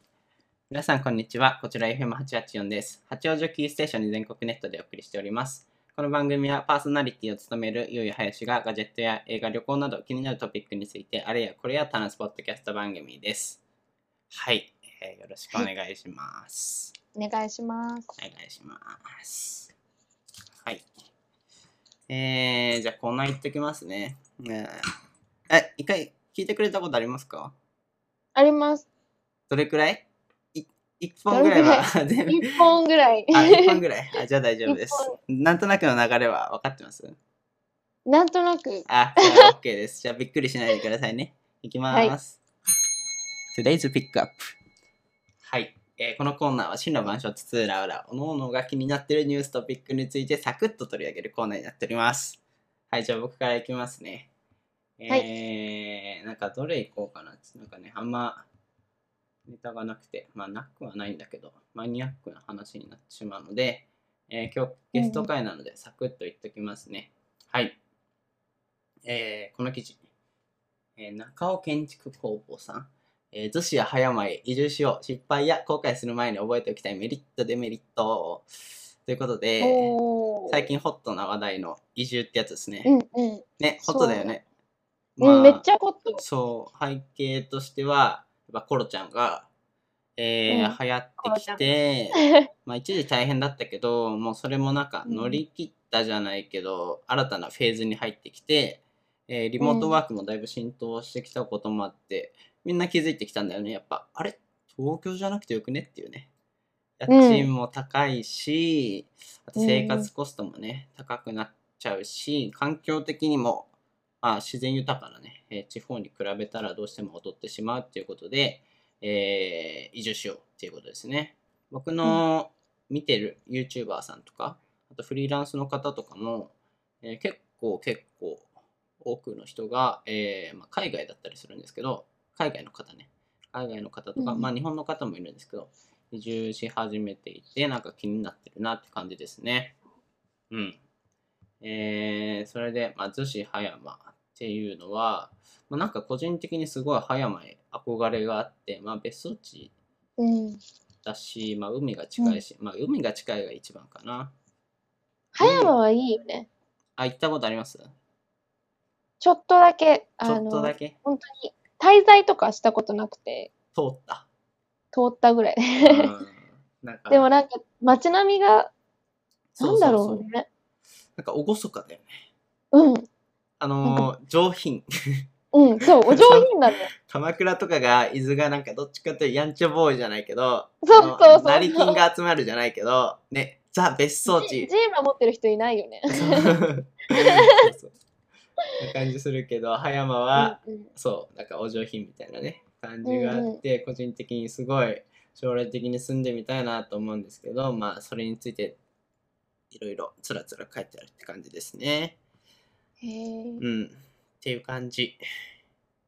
[SPEAKER 1] 皆さん、こんにちは。こちら FM884 です。八王子をキーステーションに全国ネットでお送りしております。この番組はパーソナリティを務めるゆうやはやしがガジェットや映画、旅行など気になるトピックについてあれやこれや話すポッドキャスト番組です。はい、えーよろしくお願いします。
[SPEAKER 2] お願いします。
[SPEAKER 1] お願いします。はい。えー、じゃあコーナー行ってきますね。ねえ、え一回聞いてくれたことありますか
[SPEAKER 2] あります。
[SPEAKER 1] どれくらいい一本ぐらいは (laughs) 全部。
[SPEAKER 2] 1本ぐらい。
[SPEAKER 1] あ、一本ぐらい。あ、じゃあ大丈夫です
[SPEAKER 2] 一。
[SPEAKER 1] なんとなくの流れは分かってます
[SPEAKER 2] (laughs) なんとなく。
[SPEAKER 1] あ、じゃあ OK です。じゃあびっくりしないでくださいね。いきます。Today's Pick Up。はい。えーこのコーナーは、真の万象つつうらうら、おのおのが気になってるニューストピックについてサクッと取り上げるコーナーになっております。はい、じゃあ僕からいきますね。えーなんかどれいこうかな。なんかね、あんまネタがなくて、まあなくはないんだけど、マニアックな話になってしまうので、えー今日ゲスト会なのでサクッと言っときますね。はい。えーこの記事、えー中尾建築工房さん、えー、逗子や葉山へ移住しよう、失敗や後悔する前に覚えておきたいメリット、デメリットということで、
[SPEAKER 2] おー
[SPEAKER 1] 最。近ホットな話題の移住ってやつですね。
[SPEAKER 2] うんうん。
[SPEAKER 1] ね、ホットだよね。
[SPEAKER 2] うん、めっち
[SPEAKER 1] ゃ
[SPEAKER 2] ゃコット。
[SPEAKER 1] そう、背景としては、やっぱコロちゃんが、えー
[SPEAKER 2] うん
[SPEAKER 1] 流行ってきて、まあ一時大変だったけど、もうそれもなんか
[SPEAKER 2] うん
[SPEAKER 1] 乗り切ったじゃないけど、新たなフェーズに入ってきて、えーリモートワークもだいぶ浸透してきたこともあって、みんな気づいてきたんだよね。やっぱ、あれ東京じゃなくてよくねっていうね。家
[SPEAKER 2] うん
[SPEAKER 1] 賃も高いし、あと生活コストもね、高くなっちゃうし、環境的にも、まあ、自然豊かなね、えー地方に比べたらどうしても劣ってしまうっていうことで、えー移住しようっていうことですね。僕の見てる YouTuber さんとか、あとフリーランスの方とかも、えー結構結構多くの人が、えーまあ、海外だったりするんですけど、海外の方ね、海外の方とか、
[SPEAKER 2] うん
[SPEAKER 1] まあ日本の方もいるんですけど、移住し始めていて、なんか気になってるなって感じですね。うん。えー、それで、まあ、逗子葉山っていうのは、まあ、なんか個人的にすごい葉山へ憧れがあって、まあ、別荘地
[SPEAKER 2] うん。
[SPEAKER 1] だし、まあ、海が近いし、まあ、海が近いが一番かな。
[SPEAKER 2] 葉山はいいよね。
[SPEAKER 1] あ、行ったことあります
[SPEAKER 2] ちょっとだけ、あ
[SPEAKER 1] ちょっとだ
[SPEAKER 2] の、
[SPEAKER 1] け
[SPEAKER 2] 本当に滞在とかしたことなくて、
[SPEAKER 1] 通った。
[SPEAKER 2] 通ったぐらい。
[SPEAKER 1] うんなんか
[SPEAKER 2] でもなんか街並みが、な
[SPEAKER 1] そ
[SPEAKER 2] ん
[SPEAKER 1] そ
[SPEAKER 2] だ
[SPEAKER 1] そ
[SPEAKER 2] ろうね。
[SPEAKER 1] なんか厳かだよね。
[SPEAKER 2] うん。
[SPEAKER 1] あのー上品。 (laughs)
[SPEAKER 2] うん、そう、お上品なのよ。
[SPEAKER 1] 鎌倉とかが伊豆がなんかどっちかというとやんちょボーイじゃないけど
[SPEAKER 2] そうそうそう
[SPEAKER 1] あの成金が集まるじゃないけどねザ別荘地
[SPEAKER 2] ジ (laughs) ジーマ持ってる人いないよね。
[SPEAKER 1] (laughs) そうそうそうな感じするけど葉山は、
[SPEAKER 2] うんうん
[SPEAKER 1] そうなんかお上品みたいなね感じがあって、個人的にすごい将来的に住んでみたいなと思うんですけどまあそれについていろいろつらつら書いてあるって感じですね。
[SPEAKER 2] へー
[SPEAKER 1] うんっていう感じ。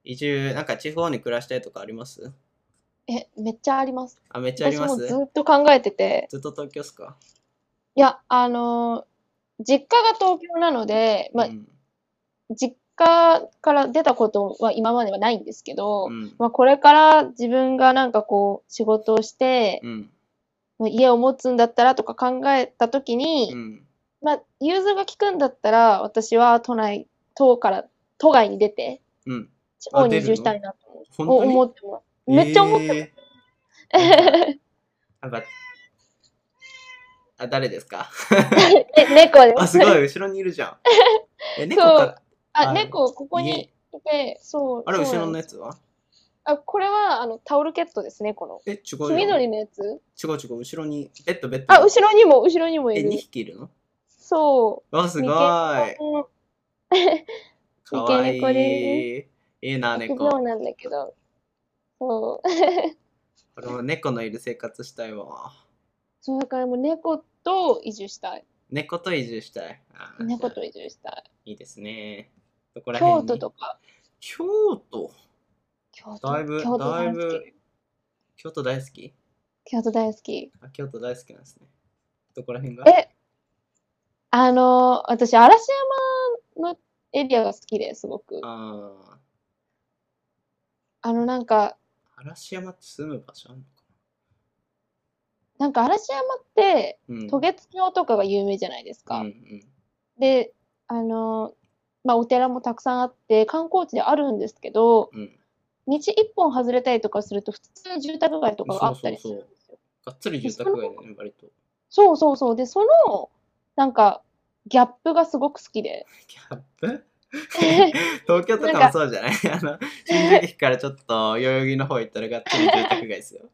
[SPEAKER 1] 移住なんか地方に暮らしたいとかあります
[SPEAKER 2] え、めっちゃあります。
[SPEAKER 1] あ、めっちゃありま
[SPEAKER 2] 私も
[SPEAKER 1] す
[SPEAKER 2] ずっと考えてて、
[SPEAKER 1] ずっと東京っすか
[SPEAKER 2] いや、あのー実家が東京なので、まあ
[SPEAKER 1] う、ん
[SPEAKER 2] 実家から出たことは今まではないんですけど
[SPEAKER 1] う、ん
[SPEAKER 2] まあ、これから自分がなんかこう仕事をして、
[SPEAKER 1] うん
[SPEAKER 2] まあ家を持つんだったらとか考えたときに、
[SPEAKER 1] うん
[SPEAKER 2] まあ、融通が利くんだったら、私は都内、都から、都外に出て、
[SPEAKER 1] うん
[SPEAKER 2] 地方に
[SPEAKER 1] あ出
[SPEAKER 2] 移
[SPEAKER 1] るの
[SPEAKER 2] 住したいなと思う
[SPEAKER 1] 本
[SPEAKER 2] お
[SPEAKER 1] 当に
[SPEAKER 2] 思ってます。めっちゃ思ってます。
[SPEAKER 1] えーなんかあ誰ですか
[SPEAKER 2] (laughs) え、猫です。
[SPEAKER 1] あすごい後ろにいるじ
[SPEAKER 2] (laughs)
[SPEAKER 1] ゃんえ猫か
[SPEAKER 2] あ、
[SPEAKER 1] あ
[SPEAKER 2] 猫、ここ
[SPEAKER 1] 家
[SPEAKER 2] にいて、そう。
[SPEAKER 1] あれ
[SPEAKER 2] そう
[SPEAKER 1] 後
[SPEAKER 2] なん
[SPEAKER 1] ろの
[SPEAKER 2] で
[SPEAKER 1] や
[SPEAKER 2] す
[SPEAKER 1] つは
[SPEAKER 2] あ、これは、あの、タオルケットですね、この。
[SPEAKER 1] え違うよ
[SPEAKER 2] 黄緑のやつ
[SPEAKER 1] 違う違う後ろにベッドベッド
[SPEAKER 2] あ、後ろにも、後ろにも
[SPEAKER 1] え
[SPEAKER 2] い
[SPEAKER 1] 2
[SPEAKER 2] る。
[SPEAKER 1] 匹いるの
[SPEAKER 2] そ
[SPEAKER 1] わす
[SPEAKER 2] う。
[SPEAKER 1] ごい
[SPEAKER 2] ご
[SPEAKER 1] かわい
[SPEAKER 2] 三毛猫
[SPEAKER 1] い
[SPEAKER 2] で
[SPEAKER 1] いいな
[SPEAKER 2] 奇
[SPEAKER 1] 猫
[SPEAKER 2] 妙なんだけど。そう。 (laughs)
[SPEAKER 1] 俺も猫のいる生活したいわ
[SPEAKER 2] そう、だからもう猫と移住したい。
[SPEAKER 1] 猫と移住したいあー
[SPEAKER 2] 猫と移住した
[SPEAKER 1] いいですねどこら
[SPEAKER 2] い。
[SPEAKER 1] 辺
[SPEAKER 2] 京
[SPEAKER 1] に
[SPEAKER 2] 都とか。
[SPEAKER 1] 京都
[SPEAKER 2] 京都、
[SPEAKER 1] だいぶ
[SPEAKER 2] 京都大
[SPEAKER 1] だい
[SPEAKER 2] 好き
[SPEAKER 1] ぶ。京都大好き
[SPEAKER 2] 京都大好き。
[SPEAKER 1] あ京都大好きなんですねどこら辺が
[SPEAKER 2] えあの、私、嵐山のエリアが好きで、すごく。
[SPEAKER 1] ああ
[SPEAKER 2] あの、なんか、
[SPEAKER 1] 嵐山って住む場所あるのか
[SPEAKER 2] なんか嵐山って、
[SPEAKER 1] なうん
[SPEAKER 2] 渡月橋とかが有名じゃないですか。
[SPEAKER 1] うんうん
[SPEAKER 2] で、あの、まあ、お寺もたくさんあって、観光地であるんですけど、
[SPEAKER 1] うん。
[SPEAKER 2] 道一本外れたりとかすると、普通住宅街とかがあったりするんですよ。
[SPEAKER 1] がっつり住宅街だね、割と。
[SPEAKER 2] そうそうそう。で、その、なんか、ギャップがすごく好
[SPEAKER 1] (laughs)
[SPEAKER 2] きで。
[SPEAKER 1] ギャップ東京とかもそうじゃないあの、新宿駅からちょっと代々木の方行ったらがっつり住宅街ですよ。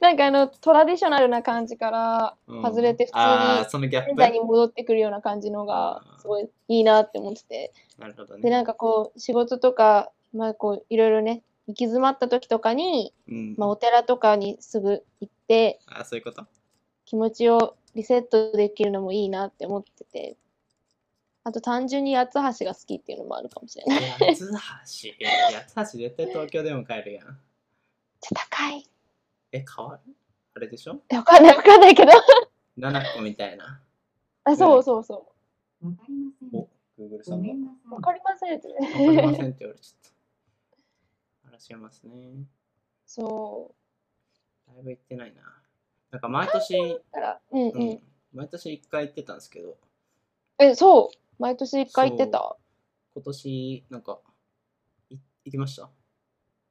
[SPEAKER 2] なんかあの、トラディショナルな感じから、
[SPEAKER 1] うん
[SPEAKER 2] 外れて普通に
[SPEAKER 1] ああ、そのギャッ
[SPEAKER 2] 現
[SPEAKER 1] プ。
[SPEAKER 2] 代に戻ってくるような感じのが、すごいいいなって思ってて。
[SPEAKER 1] なるほどね。
[SPEAKER 2] で、なんかこう、仕事とか、まあこう、いろいろね、行き詰まった時とかに、
[SPEAKER 1] うん、
[SPEAKER 2] まあお寺とかにすぐ行って、
[SPEAKER 1] あーそういうこと。
[SPEAKER 2] 気持ちをリセットできるのもいいなって思ってて。あと単純に八つ橋が好きっていうのもあるかもしれない。
[SPEAKER 1] 八つ橋。八つ橋絶対東京でも買えるやん。
[SPEAKER 2] ちょっと高い。
[SPEAKER 1] え、変わるあれでしょ
[SPEAKER 2] わかんないわかんないけど。
[SPEAKER 1] 七個みたいな。
[SPEAKER 2] あ、そうそうそう。
[SPEAKER 3] わかりません。
[SPEAKER 1] お、Google さ
[SPEAKER 3] ご
[SPEAKER 1] ん
[SPEAKER 3] めんな
[SPEAKER 1] も。
[SPEAKER 3] さい
[SPEAKER 2] わ。かりませんって
[SPEAKER 1] わかりま
[SPEAKER 2] ね。
[SPEAKER 1] せんって言われちゃった。話しますね。
[SPEAKER 2] (laughs) そ
[SPEAKER 1] だいぶ行ってないな。なんか毎年
[SPEAKER 2] う。、だから、うんう
[SPEAKER 1] うんん。、毎年一回行ってたんですけど、
[SPEAKER 2] え、そう。毎年一回行ってた。
[SPEAKER 1] 今年、なんか、い行きました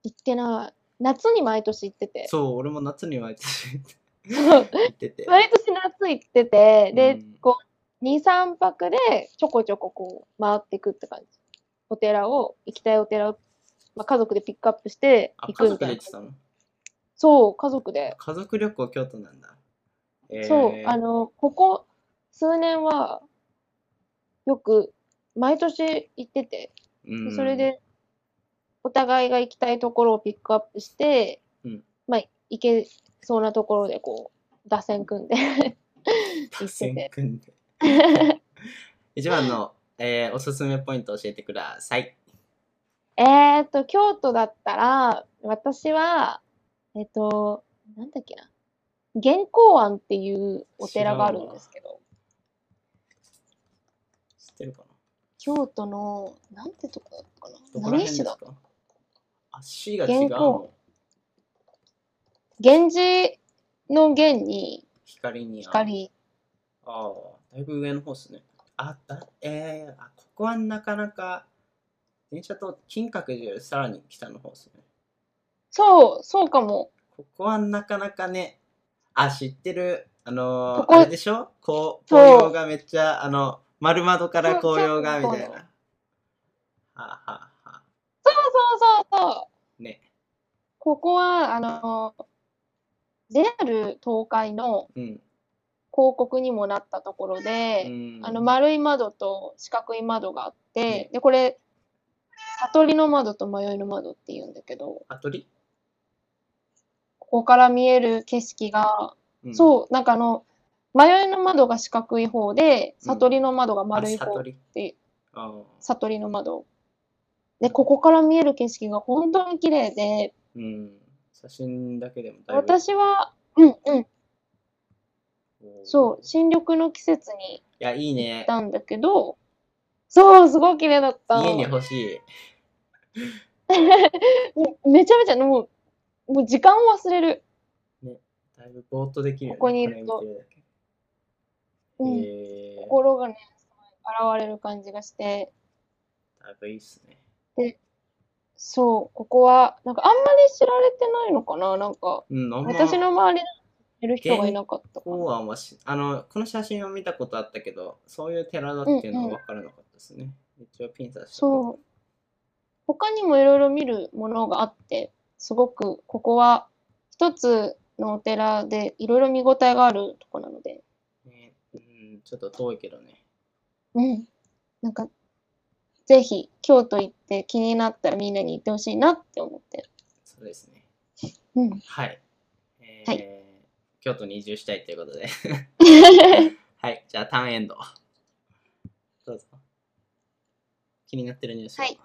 [SPEAKER 2] 行ってない。夏に毎年行ってて。
[SPEAKER 1] そう、俺も夏に毎年
[SPEAKER 2] そう
[SPEAKER 1] 行って
[SPEAKER 2] (laughs)
[SPEAKER 1] て。
[SPEAKER 2] 毎年夏行ってて、
[SPEAKER 1] う
[SPEAKER 2] で
[SPEAKER 1] ん、
[SPEAKER 2] こう、2、3泊でちょこちょここう回っていくって感じ。お寺を、行きたいお寺を、まあ、家族でピックアップして
[SPEAKER 1] あ、
[SPEAKER 2] 行
[SPEAKER 1] 家
[SPEAKER 2] くみ
[SPEAKER 1] 族
[SPEAKER 2] た
[SPEAKER 1] で行っ
[SPEAKER 2] いな
[SPEAKER 1] て。たの
[SPEAKER 2] そう、家族で。
[SPEAKER 1] 家族旅行京都なんだ。えー
[SPEAKER 2] そう、あの、ここ数年は、よく、毎年行ってて、
[SPEAKER 1] うん
[SPEAKER 2] それで、お互いが行きたいところをピックアップして、
[SPEAKER 1] うん
[SPEAKER 2] まあ、行けそうなところで、こう、打線組んで行
[SPEAKER 1] 打
[SPEAKER 2] って
[SPEAKER 1] 線
[SPEAKER 2] て。
[SPEAKER 1] 組
[SPEAKER 2] (laughs)
[SPEAKER 1] んで一番の、えーおすすめポイント教えてください
[SPEAKER 2] えっと、京都だったら、私は、えっと、なんだっけな。元光庵っていうお寺があるんですけど、
[SPEAKER 1] 知ってるかな
[SPEAKER 2] 京都の、なんてとこだったか
[SPEAKER 1] ど
[SPEAKER 2] な。
[SPEAKER 1] こら辺
[SPEAKER 2] 何
[SPEAKER 1] です
[SPEAKER 2] 市だ
[SPEAKER 1] かあ市が違うの
[SPEAKER 2] 原稿源氏の源に
[SPEAKER 1] 光にあ
[SPEAKER 2] 光。
[SPEAKER 1] あーだいぶ上の方ですねあだえー、あここはなかなか電車と金閣寺よりさらに北の方ですね
[SPEAKER 2] そう、そうかも。
[SPEAKER 1] ここはなかなかねあ知ってるあのー
[SPEAKER 2] ここ
[SPEAKER 1] あれでしょこう紅葉がめっちゃあの丸窓から紅葉がみたいな
[SPEAKER 2] そうそうそう
[SPEAKER 1] はあはあはあ
[SPEAKER 2] そうそうそうそう。
[SPEAKER 1] ね
[SPEAKER 2] ここは、あの、JR 東海の
[SPEAKER 1] うん
[SPEAKER 2] 広告にもなったところで、あの、丸い窓と四角い窓があって
[SPEAKER 1] ね、
[SPEAKER 2] で、これ、悟りの窓と迷いの窓って言うんだけど、
[SPEAKER 1] あとり、
[SPEAKER 2] ここから見える景色が、
[SPEAKER 1] うん
[SPEAKER 2] そう、なんかあの、迷いの窓が四角い方で、
[SPEAKER 1] うん
[SPEAKER 2] 悟りの窓が丸い
[SPEAKER 1] あ
[SPEAKER 2] 方
[SPEAKER 1] 悟
[SPEAKER 2] っ
[SPEAKER 1] り
[SPEAKER 2] ていう、
[SPEAKER 1] あー
[SPEAKER 2] 悟りの窓。で、ここから見える景色が本当に綺麗で、
[SPEAKER 1] うん写真だけでもだいぶ
[SPEAKER 2] 私は、うんうん、
[SPEAKER 1] こ
[SPEAKER 2] そう
[SPEAKER 1] い、
[SPEAKER 2] 新緑の季節に
[SPEAKER 1] やいい
[SPEAKER 2] 行っ
[SPEAKER 1] ね
[SPEAKER 2] たんだけど、そう、すごい綺麗だった。
[SPEAKER 1] 家に欲しい
[SPEAKER 2] もうめちゃめちゃ、もう、もう時間を忘れる。
[SPEAKER 1] だいぶぼーっとできるよね
[SPEAKER 2] ここにいると
[SPEAKER 1] これ見てるだけ
[SPEAKER 2] うん
[SPEAKER 1] へー
[SPEAKER 2] 心がね、現れる感じがして、
[SPEAKER 1] だいぶいいっすね
[SPEAKER 2] そう、ここは、なんかあんまり知られてないのかな、なんか、
[SPEAKER 1] うんあんま
[SPEAKER 2] 私の周りで知る人がいなかったかな。
[SPEAKER 1] 公安はしあのこの写真を見たことあったけどそういう寺だっていうのは分からなかったですね、一応ピン刺して
[SPEAKER 2] そう。他にもいろいろ見るものがあって、すごくここは一つのお寺でいろいろ見応えがあるとこなので、
[SPEAKER 1] う、ねうん、ちょっと遠いけどね
[SPEAKER 2] うん。なんか、ぜひ京都行って気になったらみんなに行ってほしいなって思ってる。
[SPEAKER 1] そうですね (laughs)
[SPEAKER 2] うん。
[SPEAKER 1] はい、えー
[SPEAKER 2] は
[SPEAKER 1] 京都に移住したいということで (laughs) はいじゃあターンエンドどうぞ気になってるニュースを
[SPEAKER 2] はい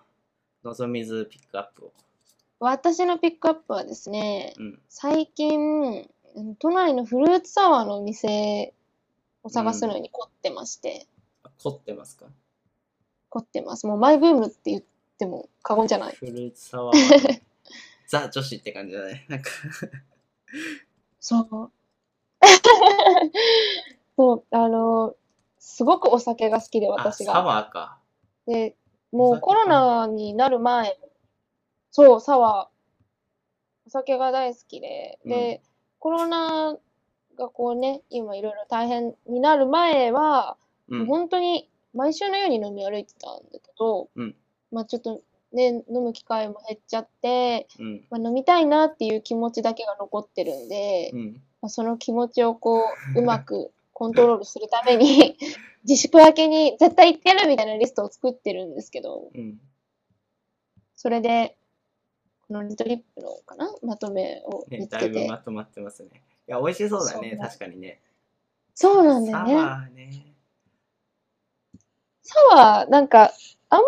[SPEAKER 1] のぞみずピックアップを
[SPEAKER 2] 私のピックアップはですね、
[SPEAKER 1] うん
[SPEAKER 2] 最近、うん都内のフルーツサワーのお店を探すのに凝ってまして、
[SPEAKER 1] あ凝ってますか
[SPEAKER 2] 凝ってます。もうマイブームって言っても過言じゃない。
[SPEAKER 1] フルーツ
[SPEAKER 2] (laughs)
[SPEAKER 1] サワーザ女子って感じだねなんか
[SPEAKER 2] (laughs) そう。そう、あの、すごくお酒が好きで、
[SPEAKER 1] あ、
[SPEAKER 2] 私
[SPEAKER 1] サ
[SPEAKER 2] が。
[SPEAKER 1] ワーか。
[SPEAKER 2] で、
[SPEAKER 1] お
[SPEAKER 2] もう
[SPEAKER 1] 酒
[SPEAKER 2] コロナになる前、そう、サワー。お酒が大好きで、で、コロナがこうね、今いろいろ大変になる前は、
[SPEAKER 1] う。
[SPEAKER 2] もうん本当に毎週のように飲み歩いてたんだけど、
[SPEAKER 1] うん
[SPEAKER 2] まあちょっとね、飲む機会も減っちゃって、
[SPEAKER 1] うん。
[SPEAKER 2] まあ、飲みたいなっていう気持ちだけが残ってるんで、
[SPEAKER 1] うん。
[SPEAKER 2] まあ、その気持ちをこう、うまく (laughs) コントロールするために、 (laughs) 自粛明けに絶対行ってやるみたいなリストを作ってるんですけど、
[SPEAKER 1] うん。
[SPEAKER 2] それで、このリトリップのかなまとめを
[SPEAKER 1] ね
[SPEAKER 2] 見、つ
[SPEAKER 1] だ
[SPEAKER 2] け
[SPEAKER 1] い
[SPEAKER 2] て。
[SPEAKER 1] ぶまとまってますね。いや、美味しそうだ
[SPEAKER 2] そ
[SPEAKER 1] ね
[SPEAKER 2] う、だ
[SPEAKER 1] 確かにね。
[SPEAKER 2] そうなんだよ
[SPEAKER 1] サ
[SPEAKER 2] ね。
[SPEAKER 1] ワーね。
[SPEAKER 2] サワー、なんか、あんま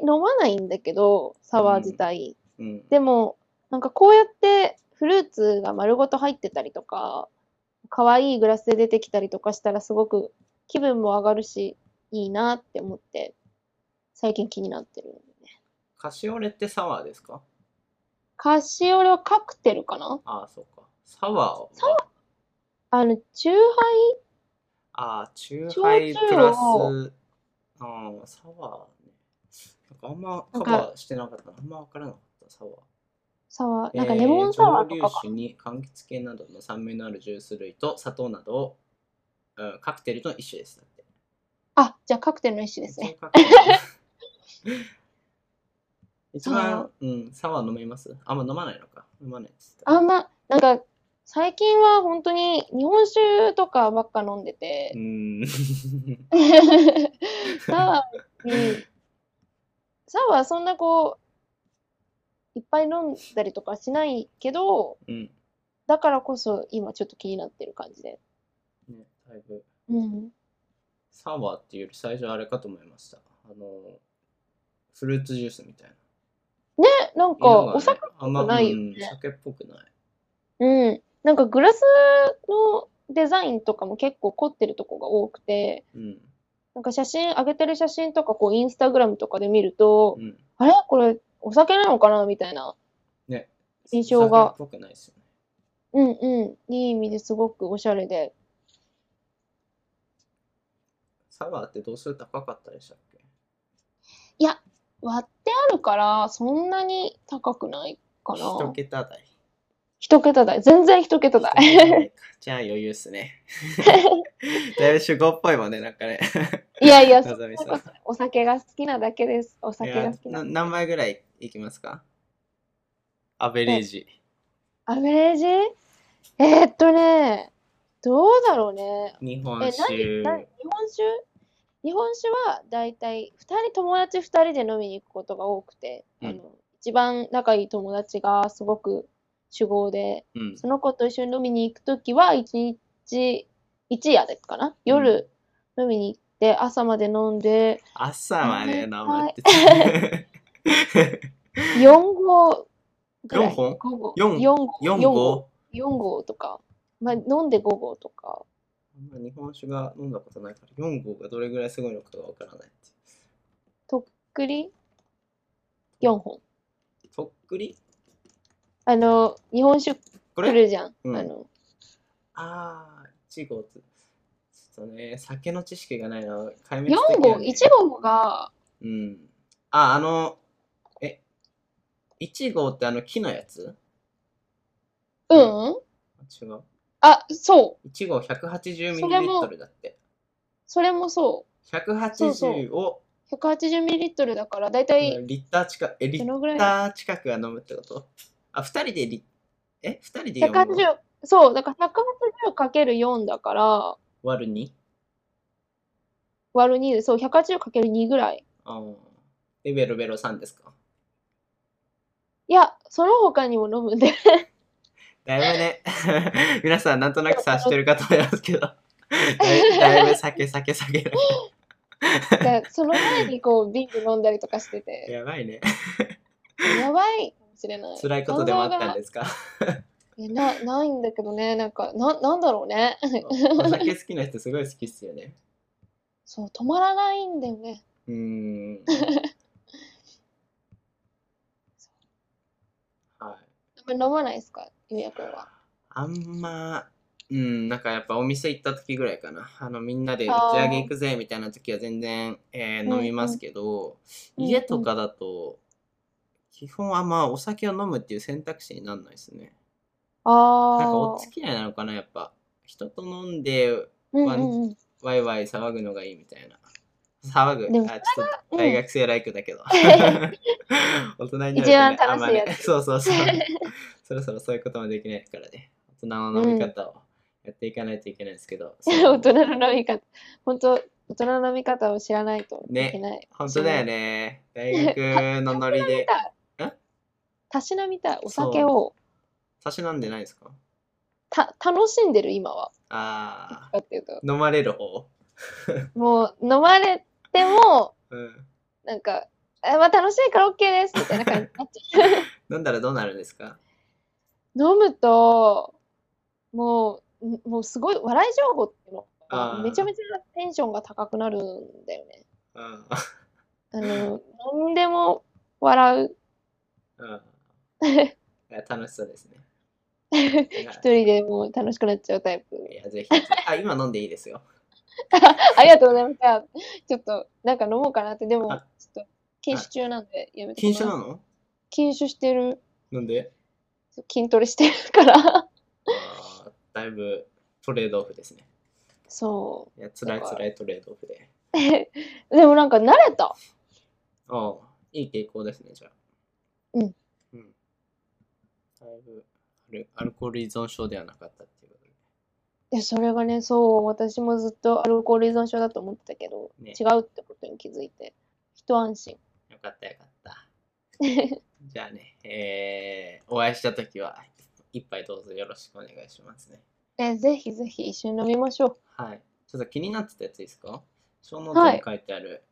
[SPEAKER 2] り飲まないんだけど、サワー自体。
[SPEAKER 1] うん。
[SPEAKER 2] でも、なんかこうやってフルーツが丸ごと入ってたりとか、可愛いグラスで出てきたりとかしたらすごく気分も上がるし、いいなって思って、最近気になってるんだよね。
[SPEAKER 1] カシオレってサワーですか
[SPEAKER 2] カシオレはカクテルかな
[SPEAKER 1] ああ、そうか。サワーは
[SPEAKER 2] サワあの、チューハ
[SPEAKER 1] ああ、チューハイプラス、ああ、サワーね。なんかあんまカバーしてなかった。あんまわからなかった、サワー。
[SPEAKER 2] サワー、なんかレモンサワーとかか。
[SPEAKER 1] えー蒸留酒に柑橘系などの酸味のあるジュース類と砂糖などを、うん、カクテルの一種です。だって
[SPEAKER 2] あ、じゃあカクテルの一種ですね。
[SPEAKER 1] カクテル一
[SPEAKER 2] (laughs) サ
[SPEAKER 1] 番
[SPEAKER 2] ワ、
[SPEAKER 1] うん、サワー飲めますあんま飲まないのか。飲まないです。
[SPEAKER 2] あんま、なんか、最近は本当に日本酒とかばっか飲んでて
[SPEAKER 1] う、ん。 (laughs)
[SPEAKER 2] サワーに、サワーそんなこう、いっぱい飲んだりとかしないけど、
[SPEAKER 1] うん。
[SPEAKER 2] だからこそ今ちょっと気になってる感じで。
[SPEAKER 1] ね、だいぶ。
[SPEAKER 2] うん。
[SPEAKER 1] サワーっていうより最初あれかと思いました。あの、フルーツジュースみたいな。
[SPEAKER 2] えなんか、
[SPEAKER 1] 色がね
[SPEAKER 2] お酒、
[SPEAKER 1] あんま
[SPEAKER 2] ないよね
[SPEAKER 1] うん酒っぽくない。
[SPEAKER 2] うん。なんかグラスのデザインとかも結構凝ってるとこが多くて、
[SPEAKER 1] うん。
[SPEAKER 2] なんか写真、上げてる写真とかこうインスタグラムとかで見ると
[SPEAKER 1] う、ん。
[SPEAKER 2] あれこれお酒なのかなみたいな。
[SPEAKER 1] ね。
[SPEAKER 2] 印象が
[SPEAKER 1] 酒っぽくないですよね。
[SPEAKER 2] うんうん。いい意味ですごくおしゃれで。
[SPEAKER 1] サワーって度数高かったでしたっけ
[SPEAKER 2] 割ってあるから、そんなに高くないかな。
[SPEAKER 1] 一桁台。
[SPEAKER 2] 一桁台。全然一桁台。
[SPEAKER 1] 一桁台かじゃあ余裕っすね。だいぶ主語っぽいもんね、なんかね。
[SPEAKER 2] (laughs) いや
[SPEAKER 1] (laughs)
[SPEAKER 2] いや、
[SPEAKER 1] の
[SPEAKER 2] (laughs) そ
[SPEAKER 1] ぞみ
[SPEAKER 2] そ
[SPEAKER 1] さ
[SPEAKER 2] うんこそお酒が好きなだけです。お
[SPEAKER 1] い
[SPEAKER 2] 酒が
[SPEAKER 1] や
[SPEAKER 2] 好き
[SPEAKER 1] な
[SPEAKER 2] な。
[SPEAKER 1] 何枚ぐらいいきますかアベレージ。
[SPEAKER 2] アベレージえーっとね、どうだろうね。
[SPEAKER 1] 日
[SPEAKER 2] え、
[SPEAKER 1] 本
[SPEAKER 2] 何
[SPEAKER 1] 酒。
[SPEAKER 2] 何日本酒日本酒はだいたい2人友達2人で飲みに行くことが多くて、
[SPEAKER 1] うん
[SPEAKER 2] あの一番仲いい友達がすごく酒豪で、
[SPEAKER 1] うん。
[SPEAKER 2] その子と一緒に飲みに行くときは、一日、一夜ですかな夜、飲みに行って、朝まで飲んで、
[SPEAKER 1] 朝まで飲む
[SPEAKER 2] は
[SPEAKER 1] っ
[SPEAKER 2] い
[SPEAKER 1] て。 (laughs)
[SPEAKER 2] 4号ぐら
[SPEAKER 1] 4
[SPEAKER 2] い。
[SPEAKER 1] 本
[SPEAKER 2] 五合
[SPEAKER 1] 四
[SPEAKER 2] 四合
[SPEAKER 1] 4
[SPEAKER 2] ?4
[SPEAKER 1] 号
[SPEAKER 2] 号 ?4 号とか。まあ、飲んで5号とか。
[SPEAKER 1] あんま日本酒が飲んだことないから4号がどれぐらいすごいのかがわからないって
[SPEAKER 2] とっくり4本。
[SPEAKER 1] とっくり
[SPEAKER 2] あの、日本酒
[SPEAKER 1] こ
[SPEAKER 2] 来
[SPEAKER 1] れ
[SPEAKER 2] るじゃん。
[SPEAKER 1] うん
[SPEAKER 2] あの、
[SPEAKER 1] ああ1号つちょっとね酒の知識がないな壊滅
[SPEAKER 2] 4
[SPEAKER 1] 的
[SPEAKER 2] 号、
[SPEAKER 1] だね
[SPEAKER 2] 1号が、
[SPEAKER 1] うんああのえ1号ってあの木のやつ
[SPEAKER 2] うん
[SPEAKER 1] 違う
[SPEAKER 2] あ、そう。
[SPEAKER 1] 1号 180ml
[SPEAKER 2] それも
[SPEAKER 1] だって
[SPEAKER 2] それもそそうそう
[SPEAKER 1] 180を
[SPEAKER 2] う。180ml だから、だいたい、
[SPEAKER 1] リッター近くえリ
[SPEAKER 2] ど
[SPEAKER 1] ッ
[SPEAKER 2] のぐらい
[SPEAKER 1] ター近くは飲むってことあ二2人でリえ二2人で4号
[SPEAKER 2] 180、そう、だから 180×4 だから、
[SPEAKER 1] 割る 2?
[SPEAKER 2] 割る2で、そう、180×2 ぐらい。
[SPEAKER 1] あーでベロベロさんですか
[SPEAKER 2] いや、その他にも飲む
[SPEAKER 1] (laughs)
[SPEAKER 2] んで。
[SPEAKER 1] だいぶね、 (laughs) 皆さんなんとなく察してるかと思いますけど、だいだいぶ酒酒酒だか
[SPEAKER 2] だからその前にこう、ビール飲んだりとかして
[SPEAKER 1] ら。
[SPEAKER 2] て、
[SPEAKER 1] やばいね。
[SPEAKER 2] やばいかもしれない。
[SPEAKER 1] 辛いことでもあったん
[SPEAKER 2] で
[SPEAKER 1] ですか
[SPEAKER 2] いやな、ないんだけどね、なんか、な、なんだろうね。
[SPEAKER 1] お酒好きな人すごい好きっすよね。
[SPEAKER 2] そう、止まらないんだよね。
[SPEAKER 1] うー
[SPEAKER 2] (laughs)
[SPEAKER 1] ん。はい。
[SPEAKER 2] あんま飲まないですか、ゆうやくんは。
[SPEAKER 1] あんまうん、なんかやっぱお店行った時ぐらいかな。あの、みんなで打ち上げ行くぜみたいな時は全然、えー
[SPEAKER 2] うんうん
[SPEAKER 1] 飲みますけど、
[SPEAKER 2] うんうん
[SPEAKER 1] 家とかだと、基本あんまお酒を飲むっていう選択肢になんないですね。
[SPEAKER 2] あ
[SPEAKER 1] なんか
[SPEAKER 2] あ
[SPEAKER 1] お。付き合いなのかな、やっぱ。人と飲んで、
[SPEAKER 2] うん
[SPEAKER 1] ワン
[SPEAKER 2] うんうん。
[SPEAKER 1] ワイワイ騒ぐのがいいみたいな。騒ぐ。
[SPEAKER 2] でも
[SPEAKER 1] あ、ちょっ
[SPEAKER 2] う
[SPEAKER 1] と
[SPEAKER 2] ん
[SPEAKER 1] 大学生ライクだけど。 (laughs) 大人になると、ね、
[SPEAKER 2] 一番楽しい
[SPEAKER 1] あんまね
[SPEAKER 2] やつ
[SPEAKER 1] そうそう
[SPEAKER 2] (laughs)
[SPEAKER 1] そう。そろそろそういうこともできないからね。大人の飲み方をやっていかないといけないですけど。そう
[SPEAKER 2] (laughs) 大人の飲み方。本当大人の飲み方を知らないといけない。
[SPEAKER 1] 本当だよね。大学のノリ
[SPEAKER 2] (laughs)
[SPEAKER 1] で。
[SPEAKER 2] たしなみたい。お酒を
[SPEAKER 1] 差し飲んでないですか
[SPEAKER 2] た楽しんでる今は。
[SPEAKER 1] あ
[SPEAKER 2] だっていうと。
[SPEAKER 1] あ。飲まれる方
[SPEAKER 2] もう飲まれても、
[SPEAKER 1] うん。
[SPEAKER 2] なんか、えまあ、楽しいから OK ですみたいな感じになっ
[SPEAKER 1] (laughs)
[SPEAKER 2] ちゃう。
[SPEAKER 1] 飲んだらどうなるんですか
[SPEAKER 2] 飲むと、もうん、もうすごい、笑い情報っていうの
[SPEAKER 1] あ
[SPEAKER 2] が、
[SPEAKER 1] ー
[SPEAKER 2] めちゃめちゃテンションが高くなるんだよね。
[SPEAKER 1] うん。
[SPEAKER 2] あの、何でも笑う。 (laughs)
[SPEAKER 1] うん。いや楽しそうですね。一
[SPEAKER 2] 一人でもう楽しくなっちゃうタイプ。
[SPEAKER 1] いや、ぜひ。あ、今飲んでいいです
[SPEAKER 2] (laughs)
[SPEAKER 1] よ。
[SPEAKER 2] ありがとうございました。ちょっと、なんか飲もうかなって、でも
[SPEAKER 1] あ、
[SPEAKER 2] ちょっと、禁酒中なんで、やめて
[SPEAKER 1] 禁酒
[SPEAKER 2] もら
[SPEAKER 1] な
[SPEAKER 2] う
[SPEAKER 1] の
[SPEAKER 2] 禁酒してる。
[SPEAKER 1] なんで
[SPEAKER 2] 筋トレしてるから。
[SPEAKER 1] あーだいぶトレードオフですね。
[SPEAKER 2] そ
[SPEAKER 1] いや、辛い辛いトレードオフで。
[SPEAKER 2] う。でもなんか慣れた。
[SPEAKER 1] ああ、いい傾向ですね、じゃあ。
[SPEAKER 2] うん。
[SPEAKER 1] うん。だいぶアル、アルコール依存症ではなかったっていうことで。
[SPEAKER 2] いや、それがね、そう、私もずっとアルコール依存症だと思ってたけど、
[SPEAKER 1] ね
[SPEAKER 2] 違うってことに気づいて、一安心。
[SPEAKER 1] よかったよか
[SPEAKER 2] (laughs)
[SPEAKER 1] った。じゃあね、えー、お会いしたときは、一杯どうぞよろしくお願いしますね。
[SPEAKER 2] え、ぜひぜひ一緒に飲みましょう。
[SPEAKER 1] はい。ちょっと気になってたやついいですか小ノートに書いてある、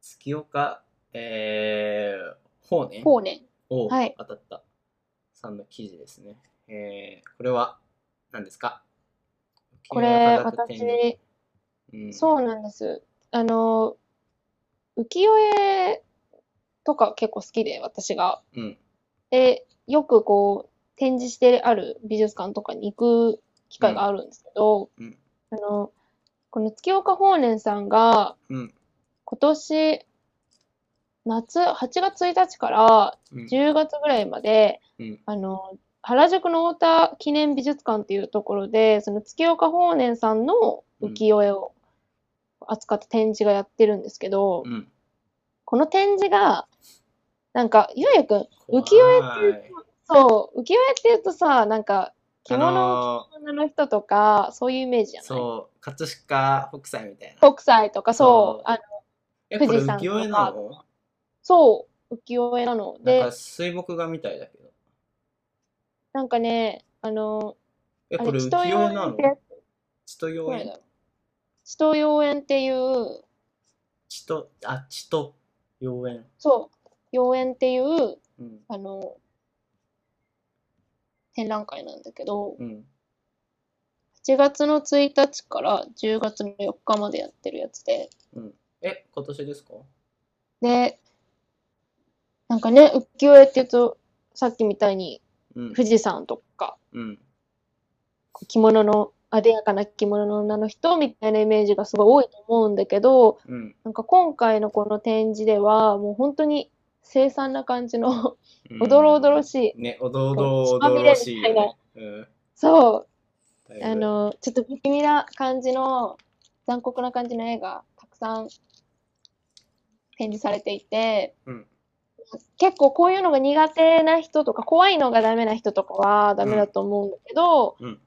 [SPEAKER 1] 月岡、えー、法ね。
[SPEAKER 2] こうね。
[SPEAKER 1] おう
[SPEAKER 2] はい
[SPEAKER 1] 当たった。さんの記事ですね。えー、これは何ですか
[SPEAKER 2] これ、
[SPEAKER 1] 浮世絵科学展
[SPEAKER 2] 私、
[SPEAKER 1] にうん、
[SPEAKER 2] そうなんです。あの、浮世絵とか結構好きで、私が。
[SPEAKER 1] うん。
[SPEAKER 2] で、よくこう、展示してある美術館とかに行く機会があるんですけど、
[SPEAKER 1] うんうん
[SPEAKER 2] あの、この月岡法然さんが、
[SPEAKER 1] うん。
[SPEAKER 2] 今年、夏、8月1日から
[SPEAKER 1] うん。
[SPEAKER 2] 10月ぐらいまで、
[SPEAKER 1] うん
[SPEAKER 2] あの、原宿の太田記念美術館っていうところで、その月岡法然さんの浮世絵を扱った展示がやってるんですけど、
[SPEAKER 1] うん。
[SPEAKER 2] この展示が、なんか、ゆうやくん、浮世絵って
[SPEAKER 1] て、
[SPEAKER 2] そう、浮世絵って言うとさ、なんか、着
[SPEAKER 1] あ
[SPEAKER 2] 物を
[SPEAKER 1] の
[SPEAKER 2] 着物の人とか、そういうイメージじ
[SPEAKER 1] ー
[SPEAKER 2] ゃない
[SPEAKER 1] そう、葛飾北斎みたいな。
[SPEAKER 2] 北斎とか、
[SPEAKER 1] そう
[SPEAKER 2] そう、あの、
[SPEAKER 1] え、これ
[SPEAKER 2] 富士
[SPEAKER 1] 浮
[SPEAKER 2] 山とか
[SPEAKER 1] 世絵なの
[SPEAKER 2] そう、浮世絵なの。
[SPEAKER 1] な
[SPEAKER 2] で、
[SPEAKER 1] んか水墨画みたいだけど。
[SPEAKER 2] なんかね、あの、
[SPEAKER 1] え、
[SPEAKER 2] あ
[SPEAKER 1] これ浮世
[SPEAKER 2] 千と
[SPEAKER 1] 絵な
[SPEAKER 2] 妖艶
[SPEAKER 1] の
[SPEAKER 2] って、
[SPEAKER 1] 千と
[SPEAKER 2] ど
[SPEAKER 1] 妖
[SPEAKER 2] れだ
[SPEAKER 1] 艶
[SPEAKER 2] ろう千と妖艶っていう、
[SPEAKER 1] 千と、あ、千と妖艶。
[SPEAKER 2] そう、妖艶っていう、
[SPEAKER 1] うん。
[SPEAKER 2] あの、展覧会なんだけど、
[SPEAKER 1] うん。
[SPEAKER 2] 8月の1日から10月の4日までやってるやつで、
[SPEAKER 1] え、今年ですか
[SPEAKER 2] で、なんかね、浮世絵っていうと、さっきみたいに
[SPEAKER 1] うん。
[SPEAKER 2] 富士山とか、
[SPEAKER 1] うん。
[SPEAKER 2] こう着物の、艶やかな着物の女の人みたいなイメージがすごい多いと思うんだけど、
[SPEAKER 1] うん。
[SPEAKER 2] なんか今回のこの展示では、もう本当に凄惨な感じの、
[SPEAKER 1] うん
[SPEAKER 2] おどろおどろしい。
[SPEAKER 1] ね、おどおど
[SPEAKER 2] こ
[SPEAKER 1] お
[SPEAKER 2] う血ま
[SPEAKER 1] ど
[SPEAKER 2] みれ
[SPEAKER 1] ろ
[SPEAKER 2] み
[SPEAKER 1] しい
[SPEAKER 2] たいな
[SPEAKER 1] よね。うん。
[SPEAKER 2] そ、
[SPEAKER 1] だいうぶ
[SPEAKER 2] あ、の、ちょっと不気味な感じの、残酷な感じの絵がたくさん展示されていて、
[SPEAKER 1] うん
[SPEAKER 2] 結構こういうのが苦手な人とか、怖いのがダメな人とかはダメだと思うんだけど、
[SPEAKER 1] うん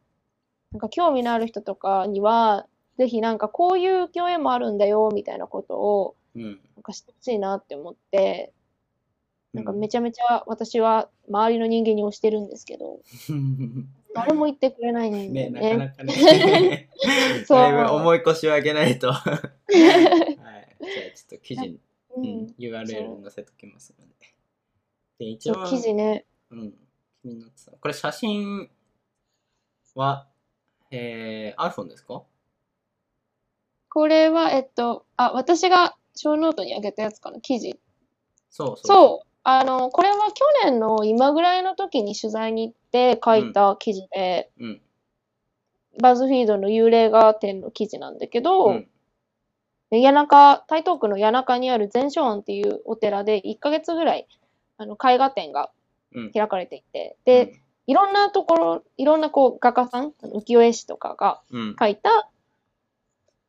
[SPEAKER 2] なんか興味のある人とかには、ぜひなんかこういう共演もあるんだよ、みたいなことを、
[SPEAKER 1] うん。
[SPEAKER 2] なんかしてほしいなって思って、なんかめ
[SPEAKER 1] ち
[SPEAKER 2] ちゃめちゃ私は周りの人間に推してるんですけど、
[SPEAKER 1] ゃ。
[SPEAKER 2] 誰も言ってくれないんだ
[SPEAKER 1] ね、
[SPEAKER 2] よ
[SPEAKER 1] なかなか
[SPEAKER 2] ね。
[SPEAKER 1] ね。
[SPEAKER 2] (laughs) そう
[SPEAKER 1] だいぶ重い腰を上げない
[SPEAKER 2] (laughs)
[SPEAKER 1] と。はい。じゃあちょっと記事、
[SPEAKER 2] う
[SPEAKER 1] うんん、URL 載せときますので。で、一
[SPEAKER 2] そう
[SPEAKER 1] 応、
[SPEAKER 2] 記事ね。
[SPEAKER 1] うん、気になってた。これ写真は、えー、iPhone ですか
[SPEAKER 2] これは、えっと、あ、私が小ノートにあげたやつかな、記事。
[SPEAKER 1] そうそう。
[SPEAKER 2] そう、あの、これは去年の今ぐらいの時に取材に行って書いた記事で、
[SPEAKER 1] うん。
[SPEAKER 2] バズフィードの幽霊画展の記事なんだけど、
[SPEAKER 1] うん
[SPEAKER 2] で谷中、台東区の谷中にある禅書庵っていうお寺で1ヶ月ぐらい、あの、絵画展が
[SPEAKER 1] うん
[SPEAKER 2] 開かれていて、で、いろんなところ、いろんなこう画家さん、浮世絵師とかが
[SPEAKER 1] うんうん
[SPEAKER 2] 描いた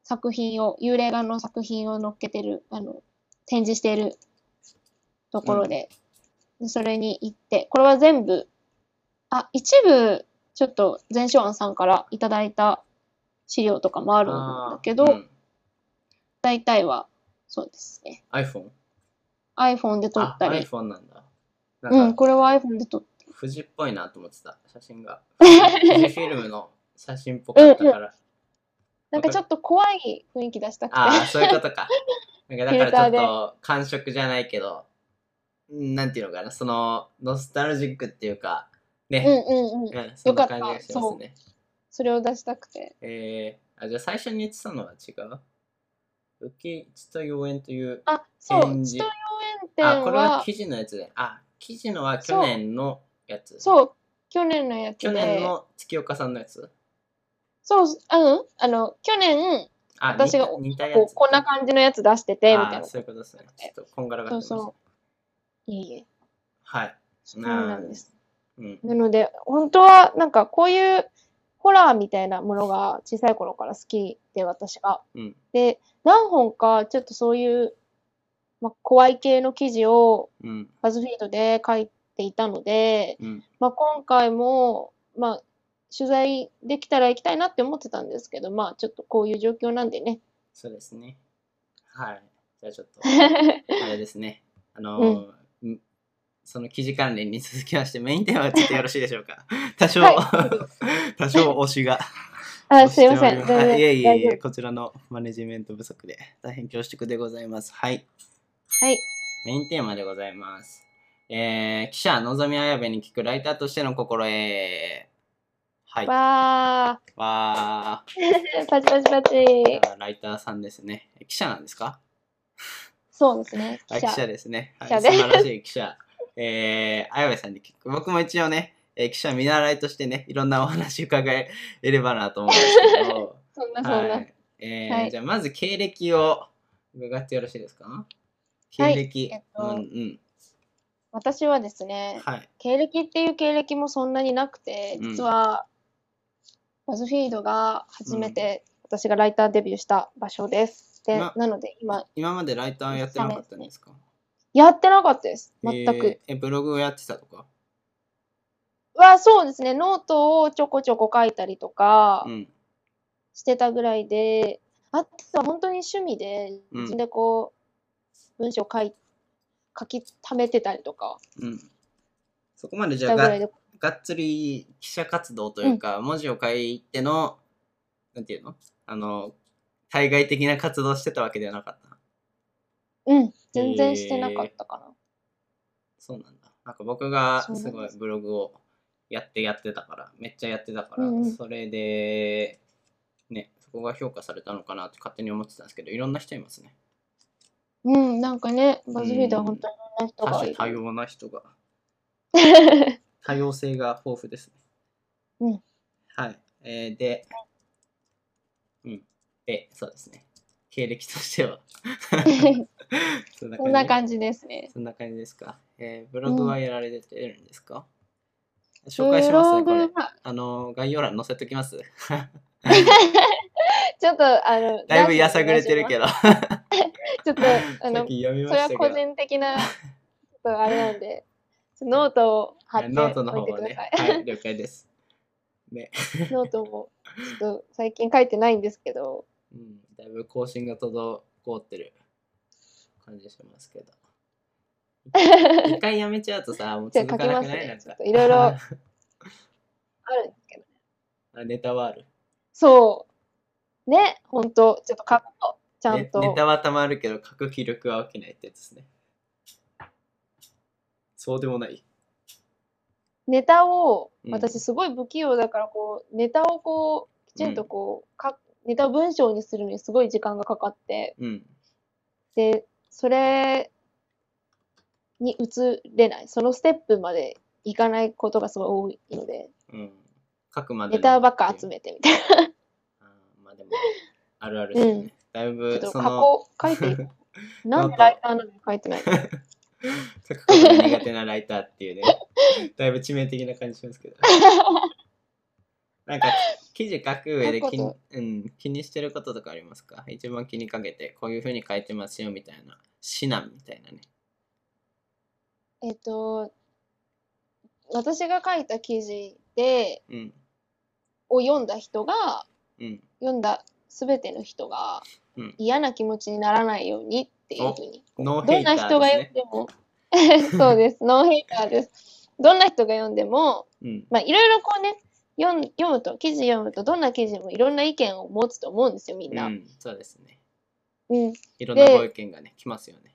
[SPEAKER 2] 作品を、幽霊画の作品を載っけてる、あの、展示しているところで、でそれに行って、これは全部、あ、一部、ちょっと全書庵さんからいただいた資料とかもあるんだけど、
[SPEAKER 1] あーうん
[SPEAKER 2] 大体は、そうですね。
[SPEAKER 1] iPhone?
[SPEAKER 2] iPhone で撮
[SPEAKER 1] あ
[SPEAKER 2] ったり。
[SPEAKER 1] iPhone なんだ。
[SPEAKER 2] う、
[SPEAKER 1] なんんか、
[SPEAKER 2] これは iPhone で撮っ
[SPEAKER 1] 富士っぽいなと思ってた、写真が。富士フィルムの写真っぽかったから。
[SPEAKER 2] なんかちょっと怖い雰囲気出したくて。
[SPEAKER 1] ああ、そういうことか。なんかだか
[SPEAKER 2] フィルター
[SPEAKER 1] らち
[SPEAKER 2] で
[SPEAKER 1] ょっと感触じゃないけど、うんなんていうのかな、そのノスタルジックっていうか、
[SPEAKER 2] うん
[SPEAKER 1] ね、
[SPEAKER 2] うん
[SPEAKER 1] う
[SPEAKER 2] うん。
[SPEAKER 1] ん、そんな感じがしま
[SPEAKER 2] よか
[SPEAKER 1] す
[SPEAKER 2] っ
[SPEAKER 1] ね。
[SPEAKER 2] それを出したくて。
[SPEAKER 1] えー、あじゃあ最初に言ってたのは違う浮き地と妖艶という
[SPEAKER 2] あ、そう、
[SPEAKER 1] 展
[SPEAKER 2] 千
[SPEAKER 1] 示
[SPEAKER 2] と。妖
[SPEAKER 1] あ、
[SPEAKER 2] 園
[SPEAKER 1] こ
[SPEAKER 2] 展
[SPEAKER 1] れは
[SPEAKER 2] は、
[SPEAKER 1] 記事のやつで。あ、記事のは去年のやつ。
[SPEAKER 2] そう、去年のやつ
[SPEAKER 1] 去年
[SPEAKER 2] で、
[SPEAKER 1] の月岡さんのやつ。
[SPEAKER 2] そう、うん、あの、去年、
[SPEAKER 1] あ、
[SPEAKER 2] 私が
[SPEAKER 1] 似た似た
[SPEAKER 2] こ
[SPEAKER 1] や
[SPEAKER 2] う
[SPEAKER 1] つ。
[SPEAKER 2] こんな感じのやつ出してて、み
[SPEAKER 1] あ
[SPEAKER 2] たいな。
[SPEAKER 1] そういうことですね。ちょっとこんがらがって
[SPEAKER 2] そ
[SPEAKER 1] ました。
[SPEAKER 2] うそう。いえいえ。
[SPEAKER 1] はい。
[SPEAKER 2] そうなんです。
[SPEAKER 1] うん。
[SPEAKER 2] なので、本当は、なんかこういうホラーみたいなものが小さい頃から好きで、私が。
[SPEAKER 1] うん。
[SPEAKER 2] で、何本かちょっとそういう、まあ、怖い系の記事を
[SPEAKER 1] うん。
[SPEAKER 2] バズフィードで書いていたので、
[SPEAKER 1] うん。
[SPEAKER 2] まあ、今回も、まあ、取材できたら行きたいなって思ってたんですけど、まあ、ちょっとこういう状況なんでね。
[SPEAKER 1] そうですね。はい。じゃあちょっと、
[SPEAKER 2] は
[SPEAKER 1] あれですね。あのーんその記事関連に続きまして、メインテーマはちょっとよろしいでしょうか。多少、多少推しが。
[SPEAKER 2] (laughs) あ、すいません。
[SPEAKER 1] 押しておりま
[SPEAKER 2] 全
[SPEAKER 1] すはい、いえ
[SPEAKER 2] 然
[SPEAKER 1] いえ
[SPEAKER 2] 大
[SPEAKER 1] い
[SPEAKER 2] 丈
[SPEAKER 1] え、こちらのマネジメント不足で大変恐縮でございます。はい。
[SPEAKER 2] 夫。はい。
[SPEAKER 1] メインテーマでございます。えー、記者、のぞみあやべに聞くライターとしての心得。はい。わ
[SPEAKER 2] わ
[SPEAKER 1] あ、
[SPEAKER 2] ー、パチパチパチ。
[SPEAKER 1] ライターさんですね。記者なんですか
[SPEAKER 2] そうですね。
[SPEAKER 1] はい、
[SPEAKER 2] 記
[SPEAKER 1] 記
[SPEAKER 2] 者。
[SPEAKER 1] 者ですね。はい、
[SPEAKER 2] 記者
[SPEAKER 1] 素
[SPEAKER 2] で
[SPEAKER 1] 晴らしい記者。えー、あやべさんに聞く。僕も一応ね、えー記者見習いとしてね、いろんなお話伺えればなと思うんですけ
[SPEAKER 2] (laughs)
[SPEAKER 1] ど。
[SPEAKER 2] そんなそん
[SPEAKER 1] は
[SPEAKER 2] な。
[SPEAKER 1] い。えー
[SPEAKER 2] はい
[SPEAKER 1] じゃあまず経歴を伺ってよろしいですか経
[SPEAKER 2] はい
[SPEAKER 1] 歴。
[SPEAKER 2] えっと
[SPEAKER 1] うんうん。
[SPEAKER 2] 私はですね、
[SPEAKER 1] はい。
[SPEAKER 2] 経歴っていう経歴もそんなになくて、
[SPEAKER 1] うん
[SPEAKER 2] 実は、バズフィードが初めて私がライターデビューした場所です。で
[SPEAKER 1] な、
[SPEAKER 2] なので今、
[SPEAKER 1] 今までライターやってなかったんですか
[SPEAKER 2] やってなかったです。全く。
[SPEAKER 1] えーえ、ブログをやってたとか
[SPEAKER 2] はそうですね、ノートをちょこちょこ書いたりとか
[SPEAKER 1] うん。
[SPEAKER 2] してたぐらいで、あとは本当に趣味で、
[SPEAKER 1] うん
[SPEAKER 2] 自分でこう、文章書い、書き溜めてたりとか
[SPEAKER 1] うん。そこまで
[SPEAKER 2] し
[SPEAKER 1] じゃ
[SPEAKER 2] た
[SPEAKER 1] あ
[SPEAKER 2] ぐらい
[SPEAKER 1] が、
[SPEAKER 2] で、
[SPEAKER 1] がっつり記者活動というか、文字を書いての、なんていうのあの、対外的な活動してたわけではなかった。
[SPEAKER 2] うん、全然してなかったかな。
[SPEAKER 1] そうなんだ。なんか僕が
[SPEAKER 2] そうなんです
[SPEAKER 1] すごいブログをやってやってたから、めっちゃやってたから、
[SPEAKER 2] うんうん
[SPEAKER 1] それで、ね、そこが評価されたのかなって勝手に思ってたんですけど、いろんな人いますね。
[SPEAKER 2] うん、なんかね、バズフィードは本当にいろんな人
[SPEAKER 1] 多
[SPEAKER 2] が
[SPEAKER 1] 種
[SPEAKER 2] い
[SPEAKER 1] 多
[SPEAKER 2] る。
[SPEAKER 1] 様な人が、多様性が豊富ですね。
[SPEAKER 2] うん。
[SPEAKER 1] はい。えーで、うん。で、そうですね。経歴として
[SPEAKER 2] (laughs)
[SPEAKER 1] は、そんな
[SPEAKER 2] そんな
[SPEAKER 1] じ。
[SPEAKER 2] 感じですね。
[SPEAKER 1] そんな感じですか。えーブログはやられてるんですか、紹介しますね、
[SPEAKER 2] ブ
[SPEAKER 1] こ
[SPEAKER 2] ロ
[SPEAKER 1] れ
[SPEAKER 2] グ。は、
[SPEAKER 1] あの、概要欄載せとき
[SPEAKER 2] (laughs)
[SPEAKER 1] ます。
[SPEAKER 2] ちょっと、あの、
[SPEAKER 1] だいぶやさぐれてるけど。さ
[SPEAKER 2] ど。ちょっと、あ
[SPEAKER 1] っ
[SPEAKER 2] の、
[SPEAKER 1] き読みま
[SPEAKER 2] それ
[SPEAKER 1] した
[SPEAKER 2] は
[SPEAKER 1] け
[SPEAKER 2] 個
[SPEAKER 1] ど。
[SPEAKER 2] 人的な、ちょっとあれなんで、ちょっとノートを貼って
[SPEAKER 1] ノートの方
[SPEAKER 2] おいて
[SPEAKER 1] も
[SPEAKER 2] くだ
[SPEAKER 1] ね。
[SPEAKER 2] さい。
[SPEAKER 1] はい、了解です。ね。
[SPEAKER 2] ノートも、ちょっと最近書いてないんですけど、
[SPEAKER 1] うん、だいぶ更新が滞ってる感じします
[SPEAKER 2] (laughs)
[SPEAKER 1] けど。一回やめちゃうとさ、もう
[SPEAKER 2] じゃあ
[SPEAKER 1] 続か
[SPEAKER 2] 書き
[SPEAKER 1] な
[SPEAKER 2] ま
[SPEAKER 1] く
[SPEAKER 2] す
[SPEAKER 1] ないな
[SPEAKER 2] ね
[SPEAKER 1] ん。
[SPEAKER 2] ちょ
[SPEAKER 1] か
[SPEAKER 2] っ。と
[SPEAKER 1] (laughs)
[SPEAKER 2] いろいろあるんですけど。
[SPEAKER 1] あネタはある。
[SPEAKER 2] そう。ね、ほんと、ちょっと書こう。ちゃん
[SPEAKER 1] ね
[SPEAKER 2] と。
[SPEAKER 1] ネタはたまるけど、書く気力は起きないってやつですね。そうでもない。
[SPEAKER 2] ネタを、
[SPEAKER 1] うん
[SPEAKER 2] 私すごい不器用だから、こう、ネタをこう、きちんとこう、かネタを文章にするのにすごい時間がかかって、
[SPEAKER 1] うん。
[SPEAKER 2] で、それに移れない。そのステップまでいかないことがすごい多いので、
[SPEAKER 1] うん。書くまで
[SPEAKER 2] ネタばっか集
[SPEAKER 1] め
[SPEAKER 2] めてみたい
[SPEAKER 1] まあでもあるあるですよね、
[SPEAKER 2] うん
[SPEAKER 1] だい
[SPEAKER 2] な。
[SPEAKER 1] ぶ
[SPEAKER 2] ちょっと
[SPEAKER 1] そ
[SPEAKER 2] 加
[SPEAKER 1] の
[SPEAKER 2] 工書いてい
[SPEAKER 1] (laughs)
[SPEAKER 2] こう。な
[SPEAKER 1] な
[SPEAKER 2] ん
[SPEAKER 1] ん
[SPEAKER 2] で
[SPEAKER 1] か
[SPEAKER 2] ライターなのに書いてないの
[SPEAKER 1] (laughs) 書くことが苦手なライターって
[SPEAKER 2] (laughs)
[SPEAKER 1] いうねだいぶ致命的な感じしますけどなんか記事書く上で
[SPEAKER 2] 書く
[SPEAKER 1] 気に
[SPEAKER 2] こ,、
[SPEAKER 1] うん、気にしてることとかありますか一番気にかけてこういうふうに書いてますよみたいな指南みたいなね
[SPEAKER 2] えっと、私が書いた記事で、
[SPEAKER 1] うん
[SPEAKER 2] を読んだ人が、
[SPEAKER 1] うん
[SPEAKER 2] 読んだ全ての人が
[SPEAKER 1] うん
[SPEAKER 2] 嫌な気持ちにならないようにっていうふうに。
[SPEAKER 1] ノーヘ
[SPEAKER 2] どん
[SPEAKER 1] イター
[SPEAKER 2] な
[SPEAKER 1] です
[SPEAKER 2] 人が読
[SPEAKER 1] ね
[SPEAKER 2] んでも、 (laughs) そうです、ノンヘイターです。どんな人が読んでも、
[SPEAKER 1] うん
[SPEAKER 2] まあ、いろいろこうね、読ん読むと、記事読むと、どんな記事もいろんな意見を持つと思うんですよ、みん
[SPEAKER 1] う
[SPEAKER 2] な。
[SPEAKER 1] ん、そうですね
[SPEAKER 2] うん。
[SPEAKER 1] いろんな
[SPEAKER 2] で
[SPEAKER 1] ご意見がね来ますよね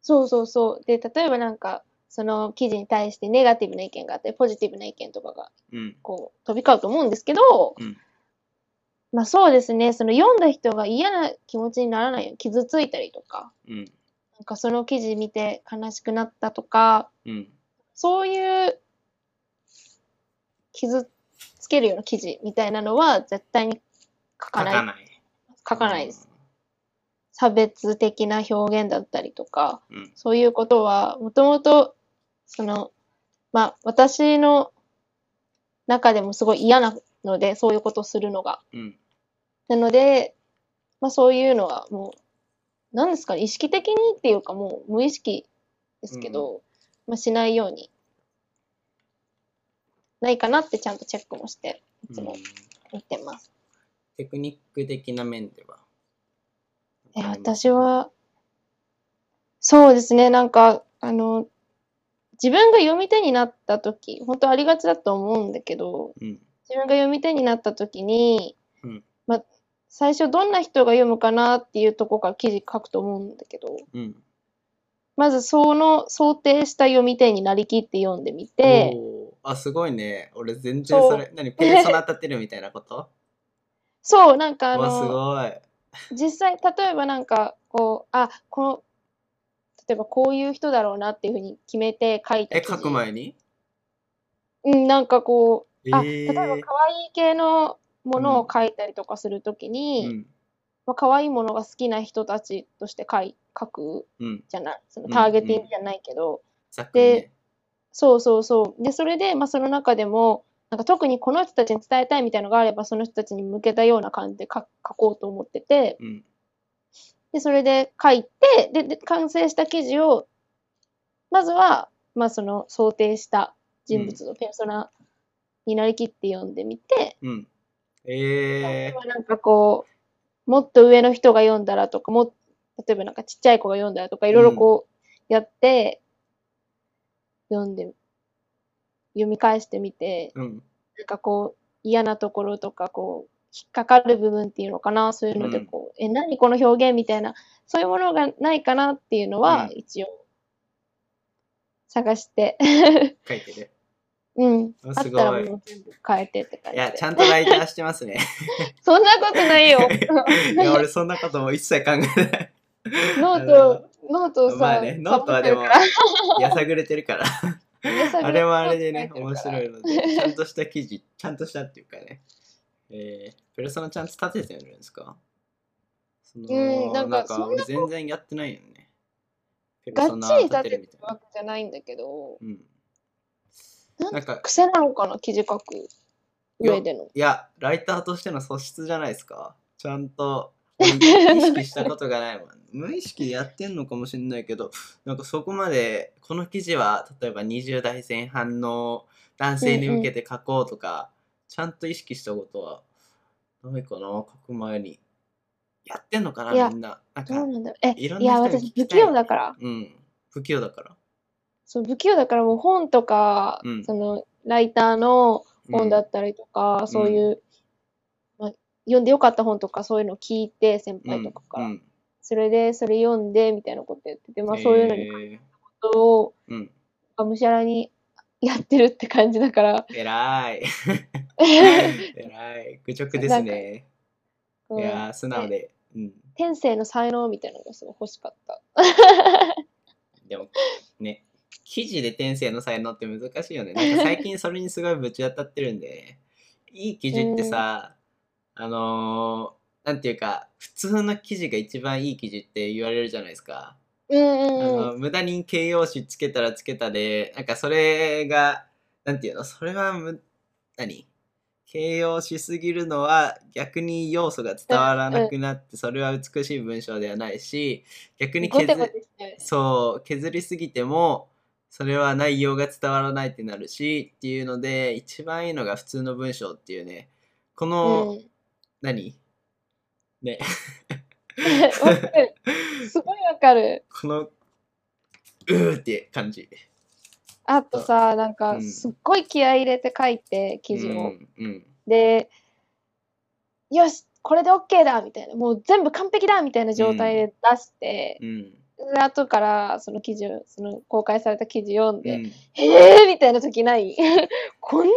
[SPEAKER 2] そうそうそう。で、例えばなんか、その記事に対してネガティブな意見があって、ポジティブな意見とかが、
[SPEAKER 1] うん
[SPEAKER 2] こう、飛び交うと思うんですけど、
[SPEAKER 1] うん
[SPEAKER 2] まあそうですね、その読んだ人が嫌な気持ちにならないように、傷ついたりとか、
[SPEAKER 1] うん
[SPEAKER 2] なんかその記事見て悲しくなったとか、
[SPEAKER 1] うん
[SPEAKER 2] そういう傷つけるような記事みたいなのは絶対に書
[SPEAKER 1] 書
[SPEAKER 2] かない。
[SPEAKER 1] ない
[SPEAKER 2] 書かないです。差別的な表現だったりとか、
[SPEAKER 1] うん
[SPEAKER 2] そういうことは、もともと、その、まあ、私の中でもすごい嫌なので、そういうことをするのが。
[SPEAKER 1] うん
[SPEAKER 2] なので、まあ、そういうのはもう、なんですかね、意識的にっていうか、もう無意識ですけど、まあ、しないように、ないかなってちゃんとチェックもして、いつ
[SPEAKER 1] うん
[SPEAKER 2] も見てます。
[SPEAKER 1] テクニック的な面では
[SPEAKER 2] え、私は、そうですね、なんか、あの、自分が読み手になった時、本当ありがちだと思うんだけど、
[SPEAKER 1] うん
[SPEAKER 2] 自分が読み手になった時に、
[SPEAKER 1] うん
[SPEAKER 2] ま、最初どんな人が読むかなっていうとこから記事書くと思うんだけど、
[SPEAKER 1] うん
[SPEAKER 2] まずその想定した読み手になりきって読んでみて、
[SPEAKER 1] おーあすごいね俺全然
[SPEAKER 2] そう
[SPEAKER 1] それ何ペルソナ立てるみたいなこと
[SPEAKER 2] そう、なん (laughs) かあ
[SPEAKER 1] うわす
[SPEAKER 2] の、
[SPEAKER 1] ごい
[SPEAKER 2] 実際、例えばなんか、こう、あ、この、例えばこういう人だろうなっていうふうに決めて書いた
[SPEAKER 1] え
[SPEAKER 2] 記事。
[SPEAKER 1] 書く前に
[SPEAKER 2] うん、なんかこ
[SPEAKER 1] え
[SPEAKER 2] う、あ、例え
[SPEAKER 1] ー
[SPEAKER 2] ば可愛い系のものを書いたりとかするときに、
[SPEAKER 1] うん
[SPEAKER 2] まあ、可愛いものが好きな人たちとして書い書く
[SPEAKER 1] うん
[SPEAKER 2] じゃない、その
[SPEAKER 1] うん
[SPEAKER 2] ターゲティングじゃないけど、
[SPEAKER 1] ざっくりね
[SPEAKER 2] でそうそうそう。で、それで、まあ、その中でも、なんか特にこの人たちに伝えたいみたいなのがあれば、その人たちに向けたような感じで書書こうと思ってて、
[SPEAKER 1] うん
[SPEAKER 2] で、それで書いて、で、で完成した記事を、まずは、まあ、その想定した人物のペルソナになりきって読んでみて、
[SPEAKER 1] うん
[SPEAKER 2] 例え
[SPEAKER 1] えー
[SPEAKER 2] ばなんかこう、もっと上の人が読んだらとか、もっ例えばなんかちっちゃい子が読んだらとか、いろいろこうやって、読んで、読み返してみて、
[SPEAKER 1] うん
[SPEAKER 2] なんかこう、嫌なところとか、こう、引っかかる部分っていうのかな、そういうので
[SPEAKER 1] うん
[SPEAKER 2] こう、え、何この表現みたいな、そういうものがないかなっていうのは
[SPEAKER 1] う、ん
[SPEAKER 2] 一応、探して、 (laughs)
[SPEAKER 1] 書いてる
[SPEAKER 2] うん、
[SPEAKER 1] あ
[SPEAKER 2] あっ
[SPEAKER 1] すごい
[SPEAKER 2] たらもう全部変えてって感
[SPEAKER 1] い
[SPEAKER 2] じで
[SPEAKER 1] やちゃんとライターして
[SPEAKER 2] (laughs)
[SPEAKER 1] ますね
[SPEAKER 2] そんなことな
[SPEAKER 1] (laughs)
[SPEAKER 2] いよ。
[SPEAKER 1] いや俺そんなことも一切考えない
[SPEAKER 2] ノート、ノートをさ、
[SPEAKER 1] まあねノートはでも
[SPEAKER 2] サボってる
[SPEAKER 1] やさぐれてるから
[SPEAKER 2] から (laughs)
[SPEAKER 1] あれはあれでね、面
[SPEAKER 2] い
[SPEAKER 1] 白。いので、ち
[SPEAKER 2] (laughs)
[SPEAKER 1] ゃんとした記事、ちゃんとしたっていうかね、えー、ペルソナちゃんと立ててるんですかその
[SPEAKER 2] うんなんかそんな
[SPEAKER 1] 俺全然やってないよね。ペル
[SPEAKER 2] がっ
[SPEAKER 1] ソナ
[SPEAKER 2] ちり
[SPEAKER 1] 立
[SPEAKER 2] 立
[SPEAKER 1] て
[SPEAKER 2] て
[SPEAKER 1] る
[SPEAKER 2] る
[SPEAKER 1] みたい
[SPEAKER 2] わ
[SPEAKER 1] な。
[SPEAKER 2] けじゃないんだけど、
[SPEAKER 1] うん。
[SPEAKER 2] なん
[SPEAKER 1] なんか、
[SPEAKER 2] 癖なのかな、記事書く上での。
[SPEAKER 1] いや、ライターとしての素質じゃないですか。ちゃん
[SPEAKER 2] (laughs)
[SPEAKER 1] と。意識したことがないもん。無意識でやってんのかもしれないけど、なんかそこまで、この記事は、例えば20代前半の男性に向けて書こうとか、ちゃんと意識したことは、ないかな、書く前に。やってんのか
[SPEAKER 2] い
[SPEAKER 1] な、
[SPEAKER 2] や
[SPEAKER 1] みんな。なん
[SPEAKER 2] どう
[SPEAKER 1] か、
[SPEAKER 2] なんだろう。え、
[SPEAKER 1] いろん
[SPEAKER 2] いや、
[SPEAKER 1] な人に
[SPEAKER 2] 私、
[SPEAKER 1] 聞き
[SPEAKER 2] 不
[SPEAKER 1] たい
[SPEAKER 2] 器用だから。
[SPEAKER 1] うん。不器用だから。
[SPEAKER 2] そう、不器用だから、もう本とか、
[SPEAKER 1] うん
[SPEAKER 2] その、ライターの
[SPEAKER 1] うん
[SPEAKER 2] 本だったりとか、そういう、まあ、読んでよかった本とか、そういうのを聞いて、先輩とかから。
[SPEAKER 1] うん
[SPEAKER 2] それで、それ読んで、みたいなことやってて、まあ、
[SPEAKER 1] えー
[SPEAKER 2] そういうのに、ことを、
[SPEAKER 1] うん。
[SPEAKER 2] がむしゃらにやってるって感じだから、
[SPEAKER 1] えら
[SPEAKER 2] (laughs)
[SPEAKER 1] い。えらい。愚直ですね。
[SPEAKER 2] う
[SPEAKER 1] い
[SPEAKER 2] ん
[SPEAKER 1] やー、素直で。うん。
[SPEAKER 2] 天性の才能みたいなのがすごい欲しかった。
[SPEAKER 1] でも、ね、記事で天性の才能って難しいよね。なんか最近それにすごいぶち当たってるんで、いい生地ってさ、あのーなんていうか、普通の生地が一番いい生地って言われるじゃないですか。
[SPEAKER 2] うんう
[SPEAKER 1] あ
[SPEAKER 2] んうん。
[SPEAKER 1] の無駄に形容詞つけたらつけたで、なんかそれが、なんていうの、それはむ、何形容しすぎるのは逆に要素が伝わらなくなって、それは美しい文章ではないし、逆に
[SPEAKER 2] ご
[SPEAKER 1] 削
[SPEAKER 2] てごてしちゃう。
[SPEAKER 1] そう削りすぎてもそれは内容が伝わらないってなるしっていうので一番いいのが普通の文章っていうねこの、
[SPEAKER 2] うん。 (laughs)
[SPEAKER 1] 何ね
[SPEAKER 2] わかる。すごいわかる。
[SPEAKER 1] このうーって感じ
[SPEAKER 2] あとさ、なん
[SPEAKER 1] う
[SPEAKER 2] か、
[SPEAKER 1] ん
[SPEAKER 2] すっごい気合い入れて書いて、記事を。
[SPEAKER 1] うんうん
[SPEAKER 2] で、よし、これで OK だみたいな、もう全部完璧だみたいな状態で出して、
[SPEAKER 1] うん
[SPEAKER 2] で後からその記事を、その公開された記事読ん
[SPEAKER 1] う
[SPEAKER 2] で、
[SPEAKER 1] ん
[SPEAKER 2] へえーみたいな時ない (laughs) こんな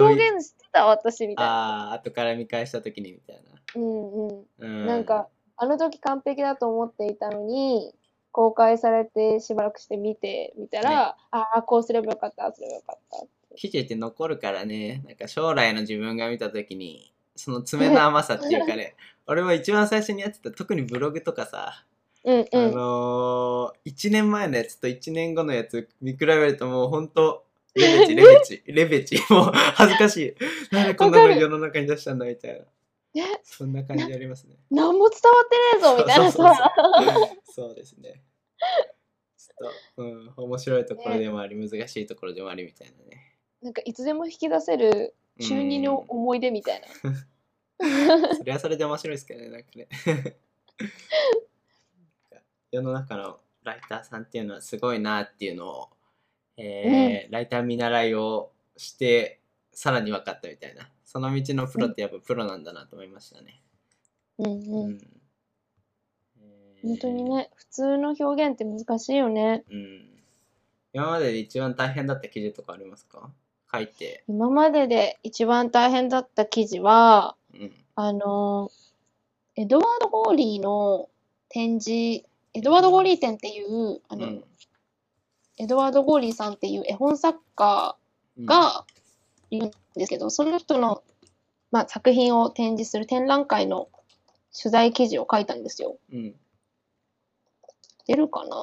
[SPEAKER 2] 表現してた私みたいな。
[SPEAKER 1] ああ後から見返した時にみたい
[SPEAKER 2] うんうん。
[SPEAKER 1] な、うん、
[SPEAKER 2] なんか、あの時完璧だと思っていたのに、公開されてしばらくして見てみたら、ああ、こうすればよかった、ああすればよかった。
[SPEAKER 1] 記事って残るからねなんか将来の自分が見た時にその爪の甘さっていうか
[SPEAKER 2] (laughs)
[SPEAKER 1] ね俺も一番最初にやってた特にブログとかさ
[SPEAKER 2] うん
[SPEAKER 1] あ
[SPEAKER 2] うん。
[SPEAKER 1] のー、1年前のやつと1年後のやつ見比べるともうほんと、レベ
[SPEAKER 2] (laughs)
[SPEAKER 1] チ、レベチ、レベチ、 (laughs) もう恥ずかしい。なんでこんな
[SPEAKER 2] わ
[SPEAKER 1] の
[SPEAKER 2] かる
[SPEAKER 1] 世の中に出したんだみたいな。
[SPEAKER 2] ね
[SPEAKER 1] そんな感じありますね。
[SPEAKER 2] 何も伝わってねえぞみたいな
[SPEAKER 1] そうそう
[SPEAKER 2] さ。
[SPEAKER 1] (laughs) そうそうですね。ちょっと、うん、面白いところでもあり、難しいところでもありみたいな
[SPEAKER 2] (laughs)
[SPEAKER 1] ね。
[SPEAKER 2] なんかいつでも引き出せる中二の
[SPEAKER 1] う
[SPEAKER 2] 思い出みたいな。
[SPEAKER 1] んそれはそれで面白いですけどね、なんかね。 (laughs) 世の中のライターさんっていうのはすごいなっていうのを、えーライター見習いをしてさらに分かったみたいなその道のプロってやっぱプロなんだなと思いましたね。
[SPEAKER 2] うん
[SPEAKER 1] う
[SPEAKER 2] うん。
[SPEAKER 1] んえー
[SPEAKER 2] 本当にね、普通の表現って難しいよね。
[SPEAKER 1] うん、今までで一番大変だった記事とかありますか書いて。
[SPEAKER 2] 今までで一番大変だった記事は、
[SPEAKER 1] うん
[SPEAKER 2] あの、エドワード・ゴーリーの展示、エドワード・ゴーリー展っていう、あ
[SPEAKER 1] う
[SPEAKER 2] の、
[SPEAKER 1] ん
[SPEAKER 2] エドワード・ゴーリーさんっていう絵本作家
[SPEAKER 1] うん
[SPEAKER 2] がいるんですけど、その人の、まあ、作品を展示する展覧会の取材記事を書いたんですよ。
[SPEAKER 1] うん
[SPEAKER 2] 出るかな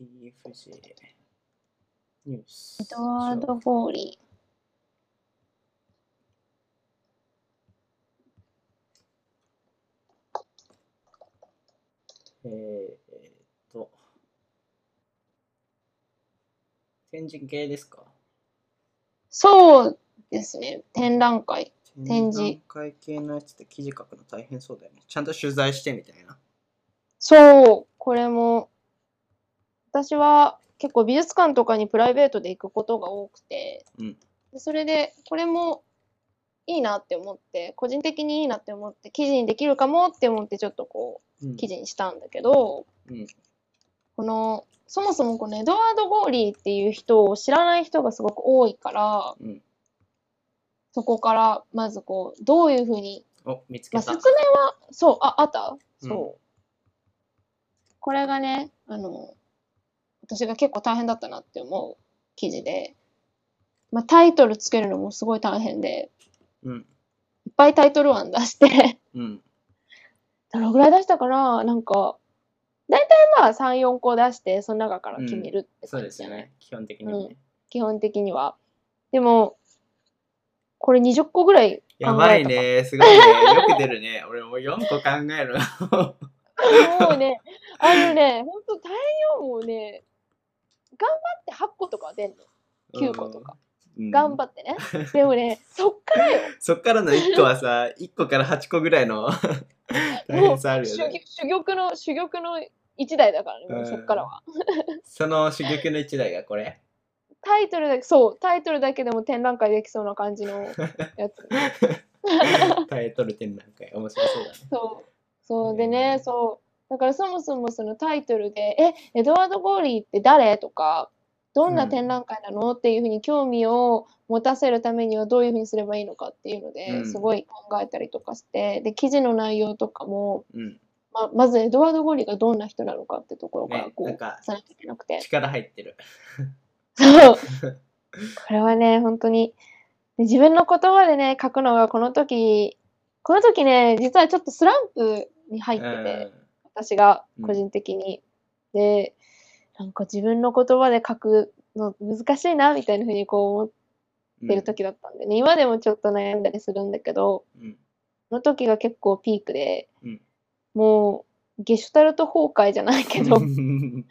[SPEAKER 1] PFJ ニュース
[SPEAKER 2] エドワード・ゴーリー。
[SPEAKER 1] えーえーっと展示系ですか
[SPEAKER 2] そうですね。展覧会。展示
[SPEAKER 1] 展覧会系のやつって記事書くの大変そうだよねちゃんと取材してみたいな
[SPEAKER 2] そう、これも、私は結構美術館とかにプライベートで行くことが多くて、
[SPEAKER 1] うん
[SPEAKER 2] でそれで、これもいいなって思って、個人的にいいなって思って、記事にできるかもって思って、ちょっとこ
[SPEAKER 1] うん
[SPEAKER 2] う、記事にしたんだけど、
[SPEAKER 1] うん
[SPEAKER 2] この、そもそもこのエドワード・ゴーリーっていう人を知らない人がすごく多いから、
[SPEAKER 1] うん
[SPEAKER 2] そこから、まずこう、どういうふうに
[SPEAKER 1] お見つ
[SPEAKER 2] ま
[SPEAKER 1] け
[SPEAKER 2] あ、
[SPEAKER 1] た、
[SPEAKER 2] 説明は、そう、あ、あった
[SPEAKER 1] う
[SPEAKER 2] そ
[SPEAKER 1] ん
[SPEAKER 2] う、これがね、あの、私が結構大変だったなって思う記事で、まあ、タイトルつけるのもすごい大変で、
[SPEAKER 1] うん
[SPEAKER 2] いっぱいタイトル案出して、 (laughs)
[SPEAKER 1] うん
[SPEAKER 2] どのぐらい出したかななんか、大体まあ3、4個出して、その中から決めるって
[SPEAKER 1] そう
[SPEAKER 2] 感
[SPEAKER 1] で
[SPEAKER 2] じ
[SPEAKER 1] す
[SPEAKER 2] じゃ
[SPEAKER 1] よ
[SPEAKER 2] ない、
[SPEAKER 1] ね基本的にはね、
[SPEAKER 2] 基本的には。でも、これ20個ぐらい考えた
[SPEAKER 1] やばいねすごいねよく出るね (laughs) 俺もう4個考える
[SPEAKER 2] (laughs) もうね、あのね、ほんと大量もね、頑張って8個とかは出んの。9個とか。
[SPEAKER 1] うん
[SPEAKER 2] 頑張ってね。でもね、そっからよ。
[SPEAKER 1] そっからの1個はさ1個から8個ぐらいの (laughs) 大
[SPEAKER 2] もう
[SPEAKER 1] 変さあるよ
[SPEAKER 2] 珠
[SPEAKER 1] ね
[SPEAKER 2] 珠玉の、珠玉の一台だからね、もうそっからは。
[SPEAKER 1] その刺激の1台がこれ
[SPEAKER 2] タイトルだけ、そう、タイトルだけでも展覧会できそうな感じのやつ。
[SPEAKER 1] タイトル展覧会面白そうだね
[SPEAKER 2] そう。そうで
[SPEAKER 1] うん
[SPEAKER 2] ね、そう。だからそもそもそのタイトルで、え、エドワード・ゴーリーって誰とか、どんな展覧会なのっていうふうに興味を持たせるためにはどういうふうにすればいいのかっていうの
[SPEAKER 1] う
[SPEAKER 2] で
[SPEAKER 1] ん
[SPEAKER 2] すごい考えたりとかして、で、記事の内容とかも、
[SPEAKER 1] うん
[SPEAKER 2] ま、まずエドワード・ゴーリーがどんな人なのかってところから
[SPEAKER 1] ね
[SPEAKER 2] こう、
[SPEAKER 1] なん
[SPEAKER 2] さ
[SPEAKER 1] か
[SPEAKER 2] なきゃいけなくて。
[SPEAKER 1] 力入ってる
[SPEAKER 2] そう。これはね、本当に、自分の言葉でね、書くのがこの時、この時ね、実はちょっとスランプに入ってて、私が個人的に。で、なんか自分の言葉で書くの難しいな、みたいな風にこう思
[SPEAKER 1] うん
[SPEAKER 2] ってる時だったんでね、今でもちょっと悩んだりするんだけど、
[SPEAKER 1] うん
[SPEAKER 2] その時が結構ピークで、
[SPEAKER 1] うん
[SPEAKER 2] もう、ゲシュタルト崩壊じゃないけど
[SPEAKER 1] う、ん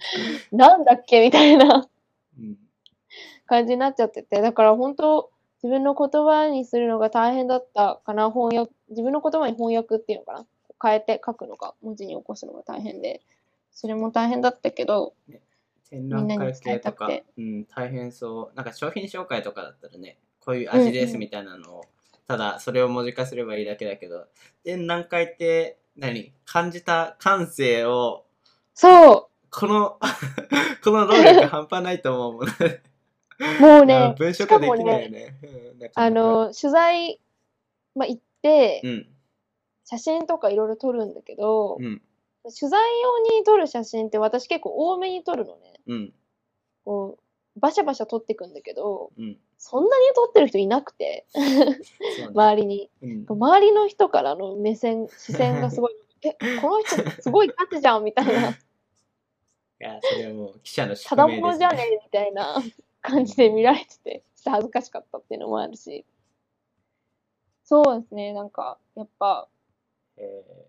[SPEAKER 2] なんだっけみたいな。 (laughs)
[SPEAKER 1] うん
[SPEAKER 2] 感じになっちゃってて、だから本当、自分の言葉にするのが大変だったかな、翻訳、自分の言葉に翻訳っていうのかな、変えて書くのが、文字に起こすのが大変で、それも大変だったけど、
[SPEAKER 1] 展覧会系とか
[SPEAKER 2] みんなに伝えたくて、
[SPEAKER 1] うん、大変そうなんか商品紹介とかだったらねこういう味で
[SPEAKER 2] うんう
[SPEAKER 1] す
[SPEAKER 2] ん
[SPEAKER 1] みたいなのを、ただそれを文字化すればいいだけだけど展覧会って何感じた感性を
[SPEAKER 2] そ
[SPEAKER 1] この (laughs) この労力半端ないと思うもんね
[SPEAKER 2] う、もう
[SPEAKER 1] あ (laughs)
[SPEAKER 2] ね、
[SPEAKER 1] 文章
[SPEAKER 2] しか
[SPEAKER 1] 化で
[SPEAKER 2] も
[SPEAKER 1] きない
[SPEAKER 2] ね
[SPEAKER 1] よ、ねうんなか
[SPEAKER 2] あ
[SPEAKER 1] なか
[SPEAKER 2] の、取材、まあ、行って
[SPEAKER 1] う、ん
[SPEAKER 2] 写真とかいろいろ撮るんだけど、
[SPEAKER 1] うん
[SPEAKER 2] 取材用に撮る写真って私結構多めに撮るのね。
[SPEAKER 1] うん
[SPEAKER 2] こう、バシャバシャ撮ってくんだけど、
[SPEAKER 1] うん
[SPEAKER 2] そんなに撮ってる人いなくて、
[SPEAKER 1] そうね
[SPEAKER 2] 周りに。
[SPEAKER 1] うん
[SPEAKER 2] 周りの人からの目線、視線が
[SPEAKER 1] (laughs)
[SPEAKER 2] すごい、え、この人すごい価値じゃんみたいな、
[SPEAKER 1] いやそれはもう記者の
[SPEAKER 2] た
[SPEAKER 1] 宿
[SPEAKER 2] だ
[SPEAKER 1] 命です、ね、
[SPEAKER 2] ものじゃねえみたいな (laughs) 感じで見られてて、ちょっと恥ずかしかったっていうのもあるし。そうですね、なんか、やっぱ、
[SPEAKER 1] え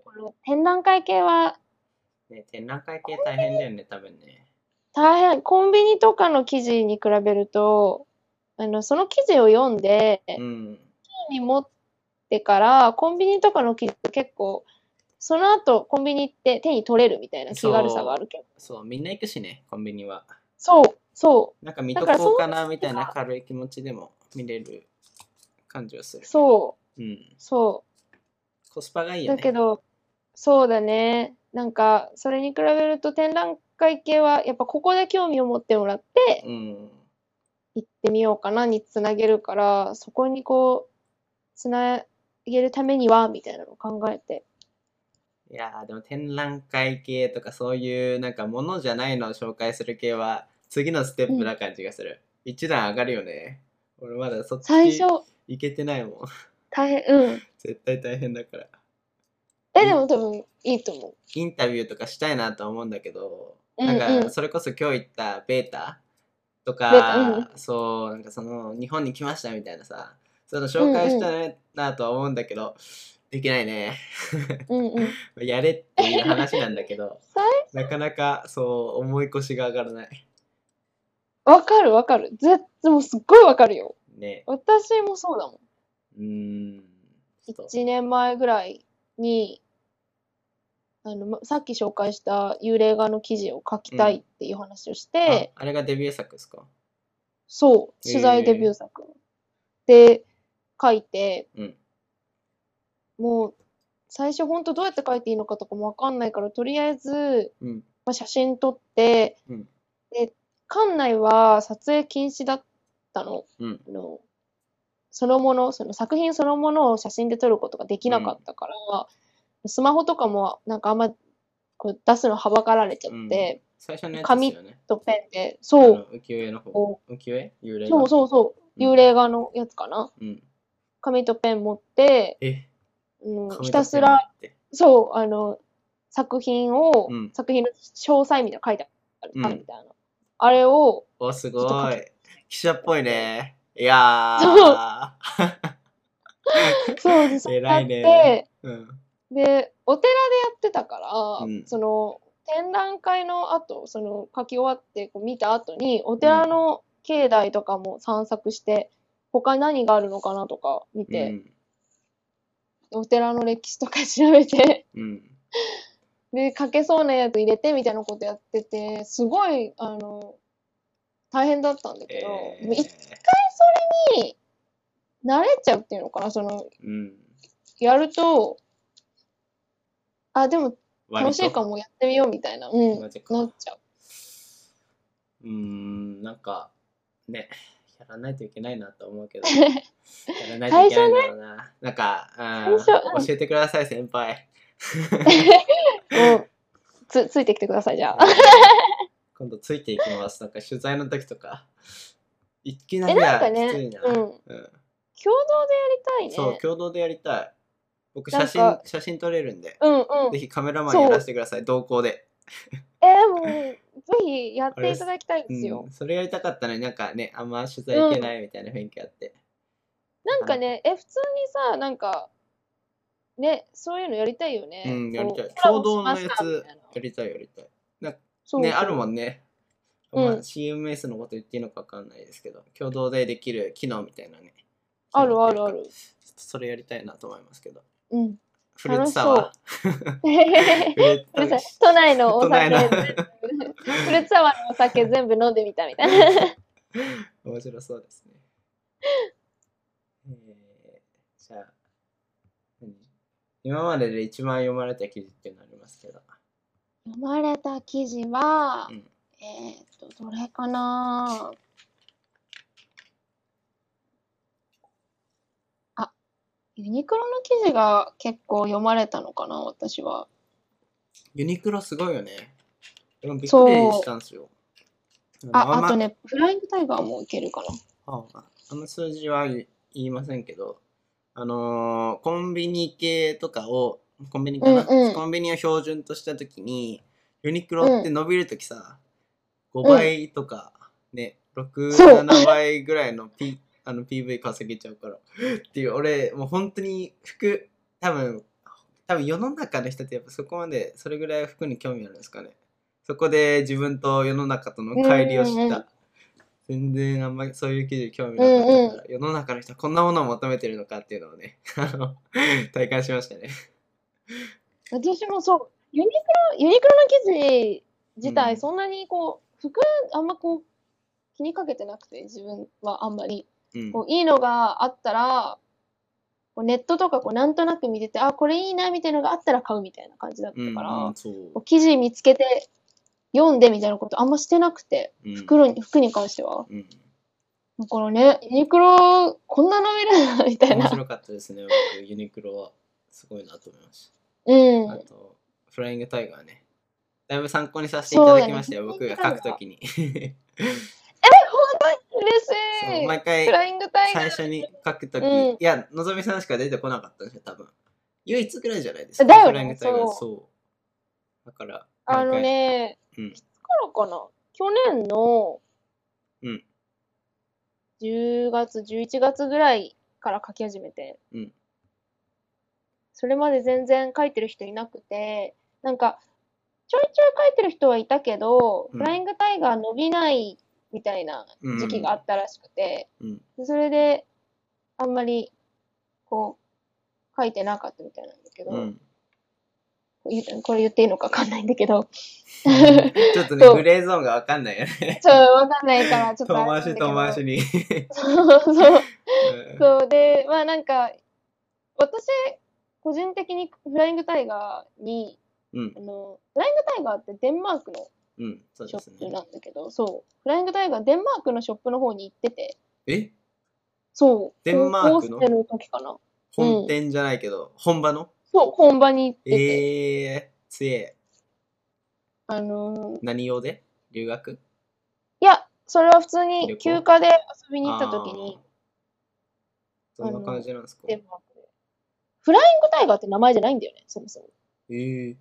[SPEAKER 2] この展覧会系は
[SPEAKER 1] ーね展覧会系大変だよね多分ね
[SPEAKER 2] 大変、コンビニとかの記事に比べると、あの、その記事を読んで、
[SPEAKER 1] うん
[SPEAKER 2] 手に持ってから、コンビニとかの記事って結構、その後コンビニ行って手に取れるみたいな気軽さがあるけど。
[SPEAKER 1] そうみんな行くしねコンビニは
[SPEAKER 2] そう、そう。
[SPEAKER 1] なんか見
[SPEAKER 2] だ
[SPEAKER 1] と
[SPEAKER 2] から
[SPEAKER 1] こう
[SPEAKER 2] そう
[SPEAKER 1] かなみたい
[SPEAKER 2] なん
[SPEAKER 1] な
[SPEAKER 2] か
[SPEAKER 1] 軽い気持ちでも見れる感じはする。。
[SPEAKER 2] そう
[SPEAKER 1] ん。
[SPEAKER 2] そ。
[SPEAKER 1] コスパがいいうよ
[SPEAKER 2] だ
[SPEAKER 1] ね。
[SPEAKER 2] けど、そうだね。なんか、それに比べると展覧会系は、やっぱここで興味を持ってもらって、
[SPEAKER 1] うん。
[SPEAKER 2] 行ってみようかなにつなげるから、そこにこう、つなげるためには、みたいなのを考えて。
[SPEAKER 1] いやーでも展覧会系とかそういうなんかものじゃないのを紹介する系は次のステップな感じがする。一段上がるよね。俺まだそっち
[SPEAKER 2] 最初、
[SPEAKER 1] 行けてないもん。 (laughs)
[SPEAKER 2] 大変、うん。
[SPEAKER 1] 絶対大変だから。
[SPEAKER 2] え、でも多分、いいと思う。
[SPEAKER 1] インタビューとかしたいなとは思うんだけど、
[SPEAKER 2] うん
[SPEAKER 1] なん
[SPEAKER 2] うん
[SPEAKER 1] かそれこそ今日言ったベータと
[SPEAKER 2] ベータうん
[SPEAKER 1] か、そうなんかその日本に来ましたみたいなさその紹介したいなとは思うんだけど、できないね
[SPEAKER 2] うんうん。
[SPEAKER 1] やれっていう話なんだけど
[SPEAKER 2] (laughs) 最
[SPEAKER 1] なかなかそう思い越しが上がらない
[SPEAKER 2] わかるわかる。絶対、もうすっごいわかるよ。
[SPEAKER 1] ね
[SPEAKER 2] 私もそうだもん。
[SPEAKER 1] うーんそう
[SPEAKER 2] 1年前ぐらいにあのまさっき紹介した幽霊画の記事を書きたいっていう話をして、
[SPEAKER 1] ああれがデビュー作ですか
[SPEAKER 2] そ
[SPEAKER 1] へ
[SPEAKER 2] う
[SPEAKER 1] え
[SPEAKER 2] 取材デビュー作で書いて
[SPEAKER 1] うん
[SPEAKER 2] もう最初本当どうやって書いていいのかとかも分かんないからとりあえず、
[SPEAKER 1] うん
[SPEAKER 2] まあ、写真撮って、
[SPEAKER 1] うん
[SPEAKER 2] で館内は撮影禁止だったの。
[SPEAKER 1] うん
[SPEAKER 2] あのそのもの、その作品そのものを写真で撮ることができなかったから、スマホとかもなんかあんまこう出すのはばかられちゃって、
[SPEAKER 1] 最初のやつですよね
[SPEAKER 2] とペンで、そ
[SPEAKER 1] あ
[SPEAKER 2] う、
[SPEAKER 1] の浮世絵の方
[SPEAKER 2] こ
[SPEAKER 1] 浮世絵幽
[SPEAKER 2] う
[SPEAKER 1] 霊
[SPEAKER 2] そうそうそう、
[SPEAKER 1] うん
[SPEAKER 2] 幽霊画のやつかな。
[SPEAKER 1] う、うん、
[SPEAKER 2] 紙とペン持って、
[SPEAKER 1] え
[SPEAKER 2] うん、
[SPEAKER 1] 紙
[SPEAKER 2] ひたす
[SPEAKER 1] だ
[SPEAKER 2] ら、
[SPEAKER 1] け持って
[SPEAKER 2] そう、あの、作品を、
[SPEAKER 1] うん
[SPEAKER 2] 作品の詳細みたいなの書いてある、
[SPEAKER 1] うん
[SPEAKER 2] あるみたいな。あれを、
[SPEAKER 1] お、す
[SPEAKER 2] ちょっと
[SPEAKER 1] ご
[SPEAKER 2] か
[SPEAKER 1] い。記者っぽいね。いや
[SPEAKER 2] そうです、そうや
[SPEAKER 1] (laughs) 偉
[SPEAKER 2] っ
[SPEAKER 1] いね
[SPEAKER 2] て、
[SPEAKER 1] ー。 (laughs) うん。
[SPEAKER 2] で、お寺でやってたから、
[SPEAKER 1] うん
[SPEAKER 2] その展覧会の後、その書き終わってこう見た後に、お寺の境内とかも散策して、他に何があるのかなとか見
[SPEAKER 1] う
[SPEAKER 2] て、
[SPEAKER 1] ん。
[SPEAKER 2] お寺の歴史とか調べて、 (laughs)
[SPEAKER 1] うん。
[SPEAKER 2] で、書けそうなやつ入れてみたいなことやってて、すごい、あの、大変だったんだけど、
[SPEAKER 1] え
[SPEAKER 2] もう一回それに慣れちゃうっていうのかな、その、
[SPEAKER 1] ー、うん。
[SPEAKER 2] やると、あ、でも
[SPEAKER 1] 割
[SPEAKER 2] 楽
[SPEAKER 1] と
[SPEAKER 2] しいかもやってみようみたいな、うん、な
[SPEAKER 1] マ
[SPEAKER 2] っ
[SPEAKER 1] ジか
[SPEAKER 2] ちゃう。
[SPEAKER 1] うーん、なんか、ね、やらないといけないなと思うけ
[SPEAKER 2] (laughs)
[SPEAKER 1] ど。やらないといけないんだろうな。なんか、うん、
[SPEAKER 2] 最初うん
[SPEAKER 1] 教えてください、先
[SPEAKER 2] (laughs)
[SPEAKER 1] 輩。
[SPEAKER 2] うんつついてきてくださいじゃあ。
[SPEAKER 1] 今度ついていきます。なんか取材の時とか、いきな
[SPEAKER 2] え、
[SPEAKER 1] り
[SPEAKER 2] なん
[SPEAKER 1] は
[SPEAKER 2] か
[SPEAKER 1] き
[SPEAKER 2] ね、
[SPEAKER 1] つ
[SPEAKER 2] うん。
[SPEAKER 1] いな。
[SPEAKER 2] 共
[SPEAKER 1] う
[SPEAKER 2] 同
[SPEAKER 1] ん
[SPEAKER 2] でやりたい
[SPEAKER 1] そう
[SPEAKER 2] ね、。
[SPEAKER 1] 共同でやりたい。僕、
[SPEAKER 2] なん
[SPEAKER 1] 写
[SPEAKER 2] か
[SPEAKER 1] 真、写真撮れるんで、
[SPEAKER 2] うんうん。
[SPEAKER 1] ぜひカメラマンやらせてください、同行で。
[SPEAKER 2] えー、もう、ぜひやっていただきたいんですよ
[SPEAKER 1] う。ん、それやりたかったのになんかね、あんま取材行けないみたいな雰囲気あって。
[SPEAKER 2] なんかね、え、普通にさ、なんか、ね、そういうのやりたいよね。
[SPEAKER 1] うん、やりたい
[SPEAKER 2] こう。
[SPEAKER 1] 共同のや
[SPEAKER 2] コラボしま
[SPEAKER 1] つ
[SPEAKER 2] したみたいな、
[SPEAKER 1] やりたい、やりたい。
[SPEAKER 2] そう
[SPEAKER 1] ね、あるもんね。
[SPEAKER 2] うん
[SPEAKER 1] まあ、CMS のこと言っていいのか分かんないですけど、共同でできる機能みたいなね。
[SPEAKER 2] あるあるあ
[SPEAKER 1] ちょっ
[SPEAKER 2] る。
[SPEAKER 1] とそれやりたいなと思いますけど。
[SPEAKER 2] うん。
[SPEAKER 1] フルーツサワ
[SPEAKER 2] (laughs) ごめ
[SPEAKER 1] (laughs) ー。フルーツ
[SPEAKER 2] んなさい (laughs) 都内のお
[SPEAKER 1] 都内
[SPEAKER 2] 酒
[SPEAKER 1] の
[SPEAKER 2] 全部、 (laughs) フルーツサワーのお酒全部飲んでみたみた (laughs) いな。
[SPEAKER 1] (laughs) 面白そうですね。えー、じゃあ、何今までで一番読まれた記事っていうのありますけど。
[SPEAKER 2] 読まれた記事は、
[SPEAKER 1] うん
[SPEAKER 2] えーっと、どれかなあ、ユニクロの記事が結構読まれたのかな、私は。
[SPEAKER 1] ユニクロすごいよね。でもびっくり
[SPEAKER 2] そう
[SPEAKER 1] したんですよ。
[SPEAKER 2] あ、
[SPEAKER 1] んま
[SPEAKER 2] あとね、フライングタイガーもいけるかな。
[SPEAKER 1] ああの数字は言いませんけど、あのーコンビニ系とかを、コンビニかな、
[SPEAKER 2] うんうん
[SPEAKER 1] コンビニを標準としたときに、ユニクロって伸びるときさ、5倍とか、ね、6、
[SPEAKER 2] そう
[SPEAKER 1] 7倍ぐらいの,、P、あの PV 稼げちゃうから。っていう、俺、もう本当に服、多分、多分世の中の人ってやっぱそこまで、それぐらい服に興味あるんですかね。そこで自分と世の中との乖離を知った。
[SPEAKER 2] うんうんうん
[SPEAKER 1] 全然あんまりそういう記事興味なかったから、世の中の人はこんなものを求めてるのかっていうのをね、 (laughs) あの、体感しましたね。
[SPEAKER 2] 私もそう、ユニクロ、ユニクロの記事自
[SPEAKER 1] う
[SPEAKER 2] 体、
[SPEAKER 1] ん
[SPEAKER 2] そんなにこう、服、あんまこう、気にかけてなくて、自分はあんまり。
[SPEAKER 1] うん。
[SPEAKER 2] こういいのがあったら、こうネットとかこうなんとなく見てて、あ、これいいなみたいなのがあったら買うみたいな感じだった
[SPEAKER 1] うん、
[SPEAKER 2] から、
[SPEAKER 1] うん、そ
[SPEAKER 2] こう
[SPEAKER 1] う。
[SPEAKER 2] 記事見つけて読んでみたいなことあんましてなくて、
[SPEAKER 1] うん
[SPEAKER 2] 袋に服に関しては。
[SPEAKER 1] うん。
[SPEAKER 2] だからね、ユニクロ、こんな伸びるんだみたい
[SPEAKER 1] 面
[SPEAKER 2] な。
[SPEAKER 1] 白かったですね、僕、ユニクロは。すごいなと思いました。
[SPEAKER 2] うん。
[SPEAKER 1] あと、フライングタイガーね。だいぶ参考にさせていただきましたよ、
[SPEAKER 2] そう
[SPEAKER 1] 僕
[SPEAKER 2] だね
[SPEAKER 1] が書くときに。 (laughs)
[SPEAKER 2] 嬉
[SPEAKER 1] そ
[SPEAKER 2] し
[SPEAKER 1] う
[SPEAKER 2] い
[SPEAKER 1] 毎
[SPEAKER 2] フ
[SPEAKER 1] 回
[SPEAKER 2] ライングタイガ
[SPEAKER 1] 最
[SPEAKER 2] ー。
[SPEAKER 1] 初に書くとき、
[SPEAKER 2] うん
[SPEAKER 1] いや、のぞみさんしか出てこなかったんですよ、多分。唯一ぐらいじゃないですか、
[SPEAKER 2] だ
[SPEAKER 1] フ
[SPEAKER 2] よね
[SPEAKER 1] ライングタイガー、
[SPEAKER 2] そう
[SPEAKER 1] そう。だから、
[SPEAKER 2] あのね、
[SPEAKER 1] うん
[SPEAKER 2] いつからかな去年の
[SPEAKER 1] うん
[SPEAKER 2] 10月、11月ぐらいから書き始めて、
[SPEAKER 1] うん
[SPEAKER 2] それまで全然書いてる人いなくて、なんか、ちょいちょい書いてる人はいたけど、
[SPEAKER 1] うん
[SPEAKER 2] フライングタイガー伸びないみたいな時期があったらしくて、
[SPEAKER 1] うん
[SPEAKER 2] でそれで、あんまり、こう、書いてなかったみたいなんだけど、
[SPEAKER 1] うん、
[SPEAKER 2] 言うこれ言っていいのかわかんないんだけど、 (laughs)
[SPEAKER 1] ちょっとね、
[SPEAKER 2] そう
[SPEAKER 1] グレーゾーンがわかんないよね。
[SPEAKER 2] そう、わかんないから、ちょっ
[SPEAKER 1] 遠
[SPEAKER 2] とあれ
[SPEAKER 1] 回し
[SPEAKER 2] なんだけど。
[SPEAKER 1] 遠回し
[SPEAKER 2] (laughs)
[SPEAKER 1] に。
[SPEAKER 2] そうそう。
[SPEAKER 1] うん
[SPEAKER 2] そうで、まあなんか、私、個人的にフライングタイガーに、
[SPEAKER 1] うん
[SPEAKER 2] あ、の、フライングタイガーってデンマークの
[SPEAKER 1] うん、そう
[SPEAKER 2] シ
[SPEAKER 1] で
[SPEAKER 2] ョ
[SPEAKER 1] す
[SPEAKER 2] ップ
[SPEAKER 1] ね。
[SPEAKER 2] なんだけど、そう。フライングタイガー、デンマークのショップの方に行ってて、
[SPEAKER 1] え
[SPEAKER 2] そう。
[SPEAKER 1] デンマークの
[SPEAKER 2] 高校生の時かな。
[SPEAKER 1] 本店じゃないけど、本場の
[SPEAKER 2] そう、本場に行ってて、
[SPEAKER 1] ええー、強え。
[SPEAKER 2] あのー
[SPEAKER 1] 何用で留学
[SPEAKER 2] いや、それは普通
[SPEAKER 1] 旅
[SPEAKER 2] に
[SPEAKER 1] 行
[SPEAKER 2] 休暇で遊びに行った時に、
[SPEAKER 1] あー。どんな感じなんですか
[SPEAKER 2] デンマークで。フライングタイガーって名前じゃないんだよね、そもそも。
[SPEAKER 1] ええ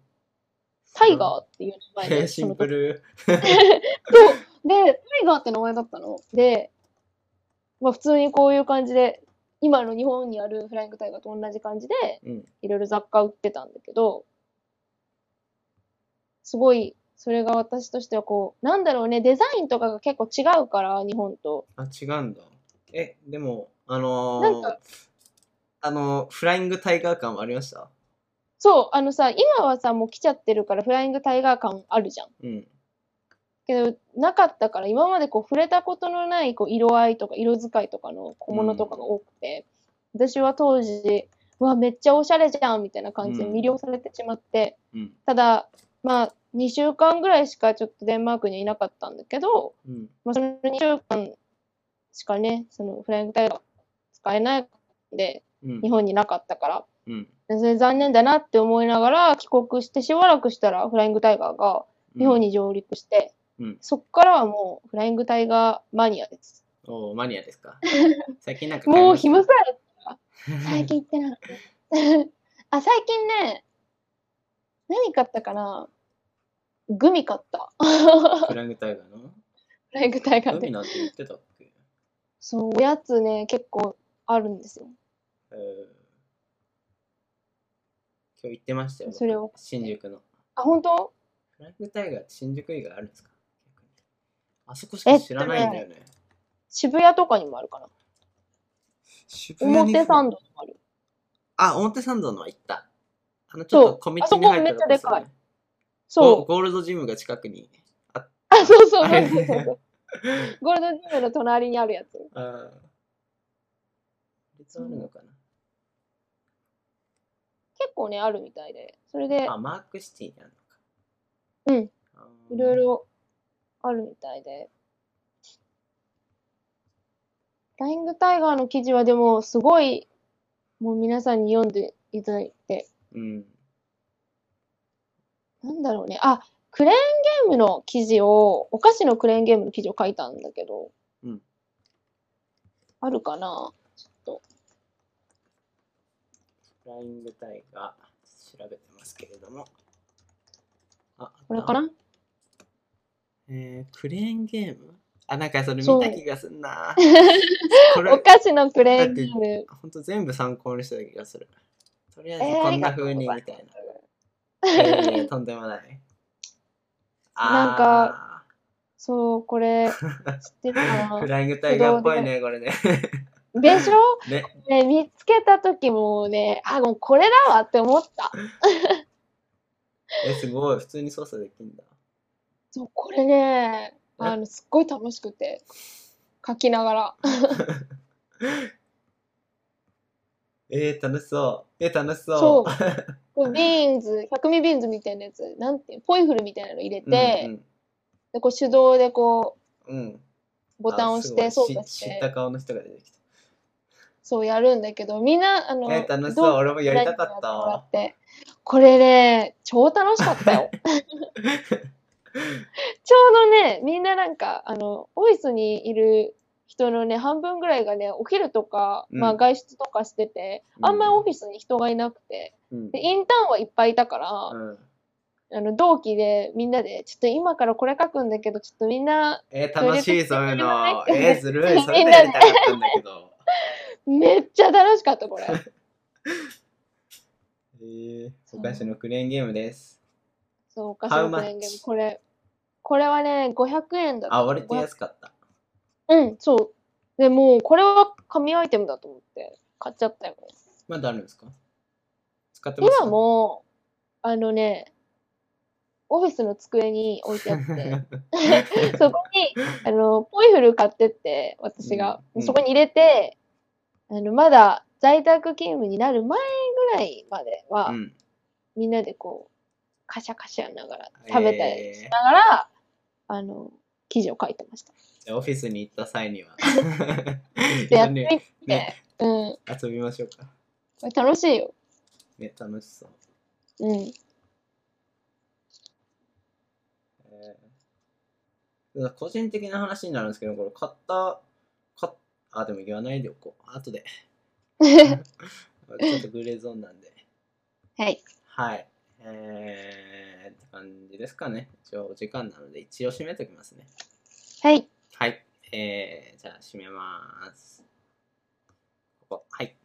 [SPEAKER 2] タイガーっていう名前
[SPEAKER 1] (laughs)
[SPEAKER 2] で。
[SPEAKER 1] シンプル。
[SPEAKER 2] そう。で、タイガーって名前だったの。で、まあ普通にこういう感じで、今の日本にあるフライングタイガーと同じ感じで、
[SPEAKER 1] うん。
[SPEAKER 2] いろいろ雑貨売ってたんだけど、すごい、それが私としてはこう、なんだろうね、デザインとかが結構違うから、日本と。
[SPEAKER 1] あ、違うんだ。え、でも、あのー
[SPEAKER 2] なんか
[SPEAKER 1] あのーフライングタイガー感はありました
[SPEAKER 2] そう、あのさ、今はさ、もう来ちゃってるから、フライングタイガー感あるじゃん。
[SPEAKER 1] うん。
[SPEAKER 2] けど、なかったから、今までこう触れたことのないこう色合いとか色使いとかの小物とかが多くて、私は当時、うわ、めっちゃおしゃれじゃんみたいな感じで
[SPEAKER 1] うん
[SPEAKER 2] 魅了されてしまって、
[SPEAKER 1] うん。
[SPEAKER 2] ただ、まあ、2週間ぐらいしかちょっとデンマークにはいなかったんだけど、
[SPEAKER 1] うん。
[SPEAKER 2] まあ、その2週間しかね、そのフライングタイガー使えないんで、
[SPEAKER 1] うん
[SPEAKER 2] 日。本になかったから、
[SPEAKER 1] うん。
[SPEAKER 2] でそれ残念だなって思いながら帰国してしばらくしたらフライングタイガーが日本に上陸して、
[SPEAKER 1] うん
[SPEAKER 2] そっからはもうフライングタイガーマニアです。
[SPEAKER 1] おーマニアです
[SPEAKER 2] (laughs)
[SPEAKER 1] か最近なんか買い
[SPEAKER 2] もう
[SPEAKER 1] ました
[SPEAKER 2] 暇さえ最近行ってなかった。 (laughs) あ、最近ね、何買ったかなグミ買った。
[SPEAKER 1] フラングタイガー
[SPEAKER 2] (laughs)
[SPEAKER 1] の
[SPEAKER 2] フライングタイガー
[SPEAKER 1] 海
[SPEAKER 2] で。
[SPEAKER 1] なんて言ってたっけ、
[SPEAKER 2] そう、おやつね、結構あるんですよ。
[SPEAKER 1] えー今日行ってましたよ
[SPEAKER 2] それを
[SPEAKER 1] 新宿の
[SPEAKER 2] あ、本当
[SPEAKER 1] フラングタイガーって新宿以外あるんですか逆にあそこしか知らないんだよね
[SPEAKER 2] 渋谷とかにもあるかな。
[SPEAKER 1] 渋谷に
[SPEAKER 2] 表参道にもある。
[SPEAKER 1] あ表参道のは行ったあのちょっと小道に入ったとこですよ
[SPEAKER 2] あそこめっちゃでかい
[SPEAKER 1] ねゴ
[SPEAKER 2] そう。
[SPEAKER 1] ゴールドジムが近くに
[SPEAKER 2] あ、そうそう
[SPEAKER 1] あ
[SPEAKER 2] そう
[SPEAKER 1] れ
[SPEAKER 2] そうそう。ゴールドジムの隣にあるやつ。
[SPEAKER 1] ああ。別あるのか
[SPEAKER 2] 結構ね、あるみたいで。それで
[SPEAKER 1] な。、あ、マークシティにある
[SPEAKER 2] うん
[SPEAKER 1] のか。うん
[SPEAKER 2] いろい。ろあるみたいで。フライングタイガーの記事はでもすごい、もう皆さんに読んでいただいて、
[SPEAKER 1] うん。
[SPEAKER 2] なんだろうね。あ、クレーンゲームの記事を、お菓子のクレーンゲームの記事を書いたんだけど、
[SPEAKER 1] うん
[SPEAKER 2] あるかな
[SPEAKER 1] フライングタイガー、調べてますけれども。あ、
[SPEAKER 2] これかな
[SPEAKER 1] えー、クレーンゲームあ、なんかそれ見
[SPEAKER 2] そう
[SPEAKER 1] た気がすん
[SPEAKER 2] (laughs)
[SPEAKER 1] な。こ
[SPEAKER 2] お
[SPEAKER 1] れ、
[SPEAKER 2] 菓子のクレーンゲーム。
[SPEAKER 1] ほんと全部参考にしてた気がする。とりあえ
[SPEAKER 2] え
[SPEAKER 1] ず
[SPEAKER 2] ー
[SPEAKER 1] こんな風にみたいな。いやいやとんでもない。
[SPEAKER 2] (laughs) なん
[SPEAKER 1] か、
[SPEAKER 2] そう、
[SPEAKER 1] (laughs)
[SPEAKER 2] これ、知ってるか
[SPEAKER 1] フ
[SPEAKER 2] な
[SPEAKER 1] ライングタイガーっぽいね、これね。 (laughs)
[SPEAKER 2] でしょ
[SPEAKER 1] ね、
[SPEAKER 2] ね、見つけた時もね、あ、もうこれだわって思った。
[SPEAKER 1] え、すごい。普通に操作できんだ。
[SPEAKER 2] そう、これね、あの、すっごい楽しくて、書きながら。
[SPEAKER 1] えー、楽しそう。えー、楽しそう。
[SPEAKER 2] そう。
[SPEAKER 1] (laughs)
[SPEAKER 2] これビーンズ、百味ビーンズみたいなやつ、なんていう、ポイフルみたいなの入れて、
[SPEAKER 1] うん
[SPEAKER 2] で、こう手動でこ
[SPEAKER 1] うん、うん。
[SPEAKER 2] う、ボタンを押して、
[SPEAKER 1] あすご
[SPEAKER 2] 操
[SPEAKER 1] い
[SPEAKER 2] 作
[SPEAKER 1] し
[SPEAKER 2] し、
[SPEAKER 1] 知ってた顔の人が出てきた。
[SPEAKER 2] そうやるんだけど、みんな、あの、
[SPEAKER 1] えー、楽し
[SPEAKER 2] ど
[SPEAKER 1] そう。
[SPEAKER 2] う
[SPEAKER 1] 俺もやりたかった
[SPEAKER 2] や
[SPEAKER 1] わ。
[SPEAKER 2] てもらってこれね、超楽しかった
[SPEAKER 1] (laughs)
[SPEAKER 2] よ。ちょうどね、みんななんか、あの、オフィスにいる人のね、半分ぐらいがね、お昼とか、
[SPEAKER 1] うん
[SPEAKER 2] まあ外出とかしてて、
[SPEAKER 1] うん
[SPEAKER 2] あんまりオフィスに人がいなくて、
[SPEAKER 1] うん。
[SPEAKER 2] で、インターンはいっぱいいたから、
[SPEAKER 1] うん
[SPEAKER 2] あの、同期でみんなで、ちょっと今からこれ書くんだけど、ちょっとみんな、
[SPEAKER 1] えー、楽しい、そういうの。えー、ずるい。そ
[SPEAKER 2] み
[SPEAKER 1] れ
[SPEAKER 2] ん
[SPEAKER 1] で
[SPEAKER 2] な
[SPEAKER 1] や
[SPEAKER 2] で
[SPEAKER 1] りたかったんだけど。 (laughs)
[SPEAKER 2] めっちゃ楽しかった、これ。
[SPEAKER 1] えー、お菓子のクレーンゲームです。
[SPEAKER 2] そう、お菓子の
[SPEAKER 1] How
[SPEAKER 2] クレーンゲー
[SPEAKER 1] much？
[SPEAKER 2] ム。これ、これはね、500円だった。
[SPEAKER 1] あ、割と安かった。
[SPEAKER 2] うん、そう。でもう、これは神アイテムだと思って、買っちゃったよね。
[SPEAKER 1] まだあるんですか使ってます (laughs)
[SPEAKER 2] 今も、あのね、オフィスの机に置いてあ
[SPEAKER 1] (laughs)
[SPEAKER 2] って、そこに、あの、ポイフル買ってって、私が
[SPEAKER 1] う。んうん
[SPEAKER 2] そこに入れて、あの、まだ在宅勤務になる前ぐらいまでは、
[SPEAKER 1] うん。
[SPEAKER 2] みんなでこう、カシャカシャやりながら、 (laughs) 食べたり
[SPEAKER 1] えー
[SPEAKER 2] しながら、あの、記事を書いてました。
[SPEAKER 1] じゃあオフィスに行った際には。
[SPEAKER 2] で、
[SPEAKER 1] 一
[SPEAKER 2] や
[SPEAKER 1] 緒
[SPEAKER 2] って
[SPEAKER 1] に
[SPEAKER 2] みて、
[SPEAKER 1] ね
[SPEAKER 2] うん、
[SPEAKER 1] 遊びましょうか。
[SPEAKER 2] これ楽しいよ。
[SPEAKER 1] ね、楽しそう。
[SPEAKER 2] うん。
[SPEAKER 1] えーだから個人的な話になるんですけど、これ買った、買っあ、でも言わないでおこう。後で。ちょっとグレーゾーンなんで。
[SPEAKER 2] はい。
[SPEAKER 1] はい。えー、って感じですかね。一応お時間なので、一応締めときますね。
[SPEAKER 2] はい。
[SPEAKER 1] はい。えー、じゃあ、締めます。ここ。はい。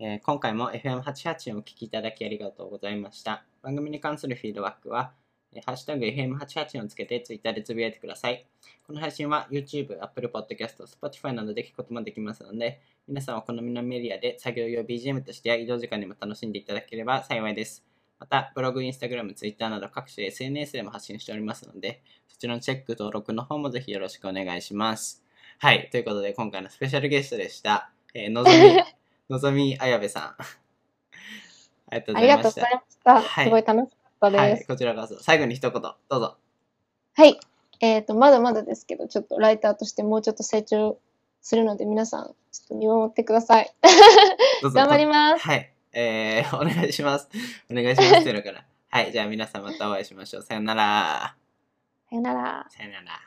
[SPEAKER 1] えー今回も FM88 をお聞きいただきありがとうございました。番組に関するフィードバックは、えーハッシュタグ FM88 をつけて Twitter でつぶやいてください。この配信は YouTube、Apple Podcast、Spotify などで聞くこともできますので、皆さんお好みのメディアで作業用 BGM としてや移動時間にも楽しんでいただければ幸いです。また、ブログ、インスタグラム、ツイッターなど各種 SNS でも発信しておりますので、そちらのチェック登録の方もぜひよろしくお願いします。はい、ということで今回のスペシャルゲストでした。えーのぞみ、
[SPEAKER 2] (laughs)
[SPEAKER 1] のぞみあやべさん。ありがとう
[SPEAKER 2] あ
[SPEAKER 1] ござい
[SPEAKER 2] り
[SPEAKER 1] ま
[SPEAKER 2] がとう
[SPEAKER 1] し
[SPEAKER 2] ござ
[SPEAKER 1] た。
[SPEAKER 2] いまし
[SPEAKER 1] は
[SPEAKER 2] た。
[SPEAKER 1] い
[SPEAKER 2] すごい楽しかった
[SPEAKER 1] は
[SPEAKER 2] です
[SPEAKER 1] い、。こちらこそ最後に一言、どうぞ。
[SPEAKER 2] はい。えっ、と、まだまだですけど、ちょっとライターとしてもうちょっと成長するので、皆さん、ちょっと見守ってくだ
[SPEAKER 1] (laughs)
[SPEAKER 2] さい。
[SPEAKER 1] どうぞ
[SPEAKER 2] 頑張ります。
[SPEAKER 1] はい。えー、お (laughs) 願いします。お願いしますっていうのかな。はい。じゃあ皆さんまたお会いしましょう。さよなら。
[SPEAKER 2] さよなら。
[SPEAKER 1] さよなら。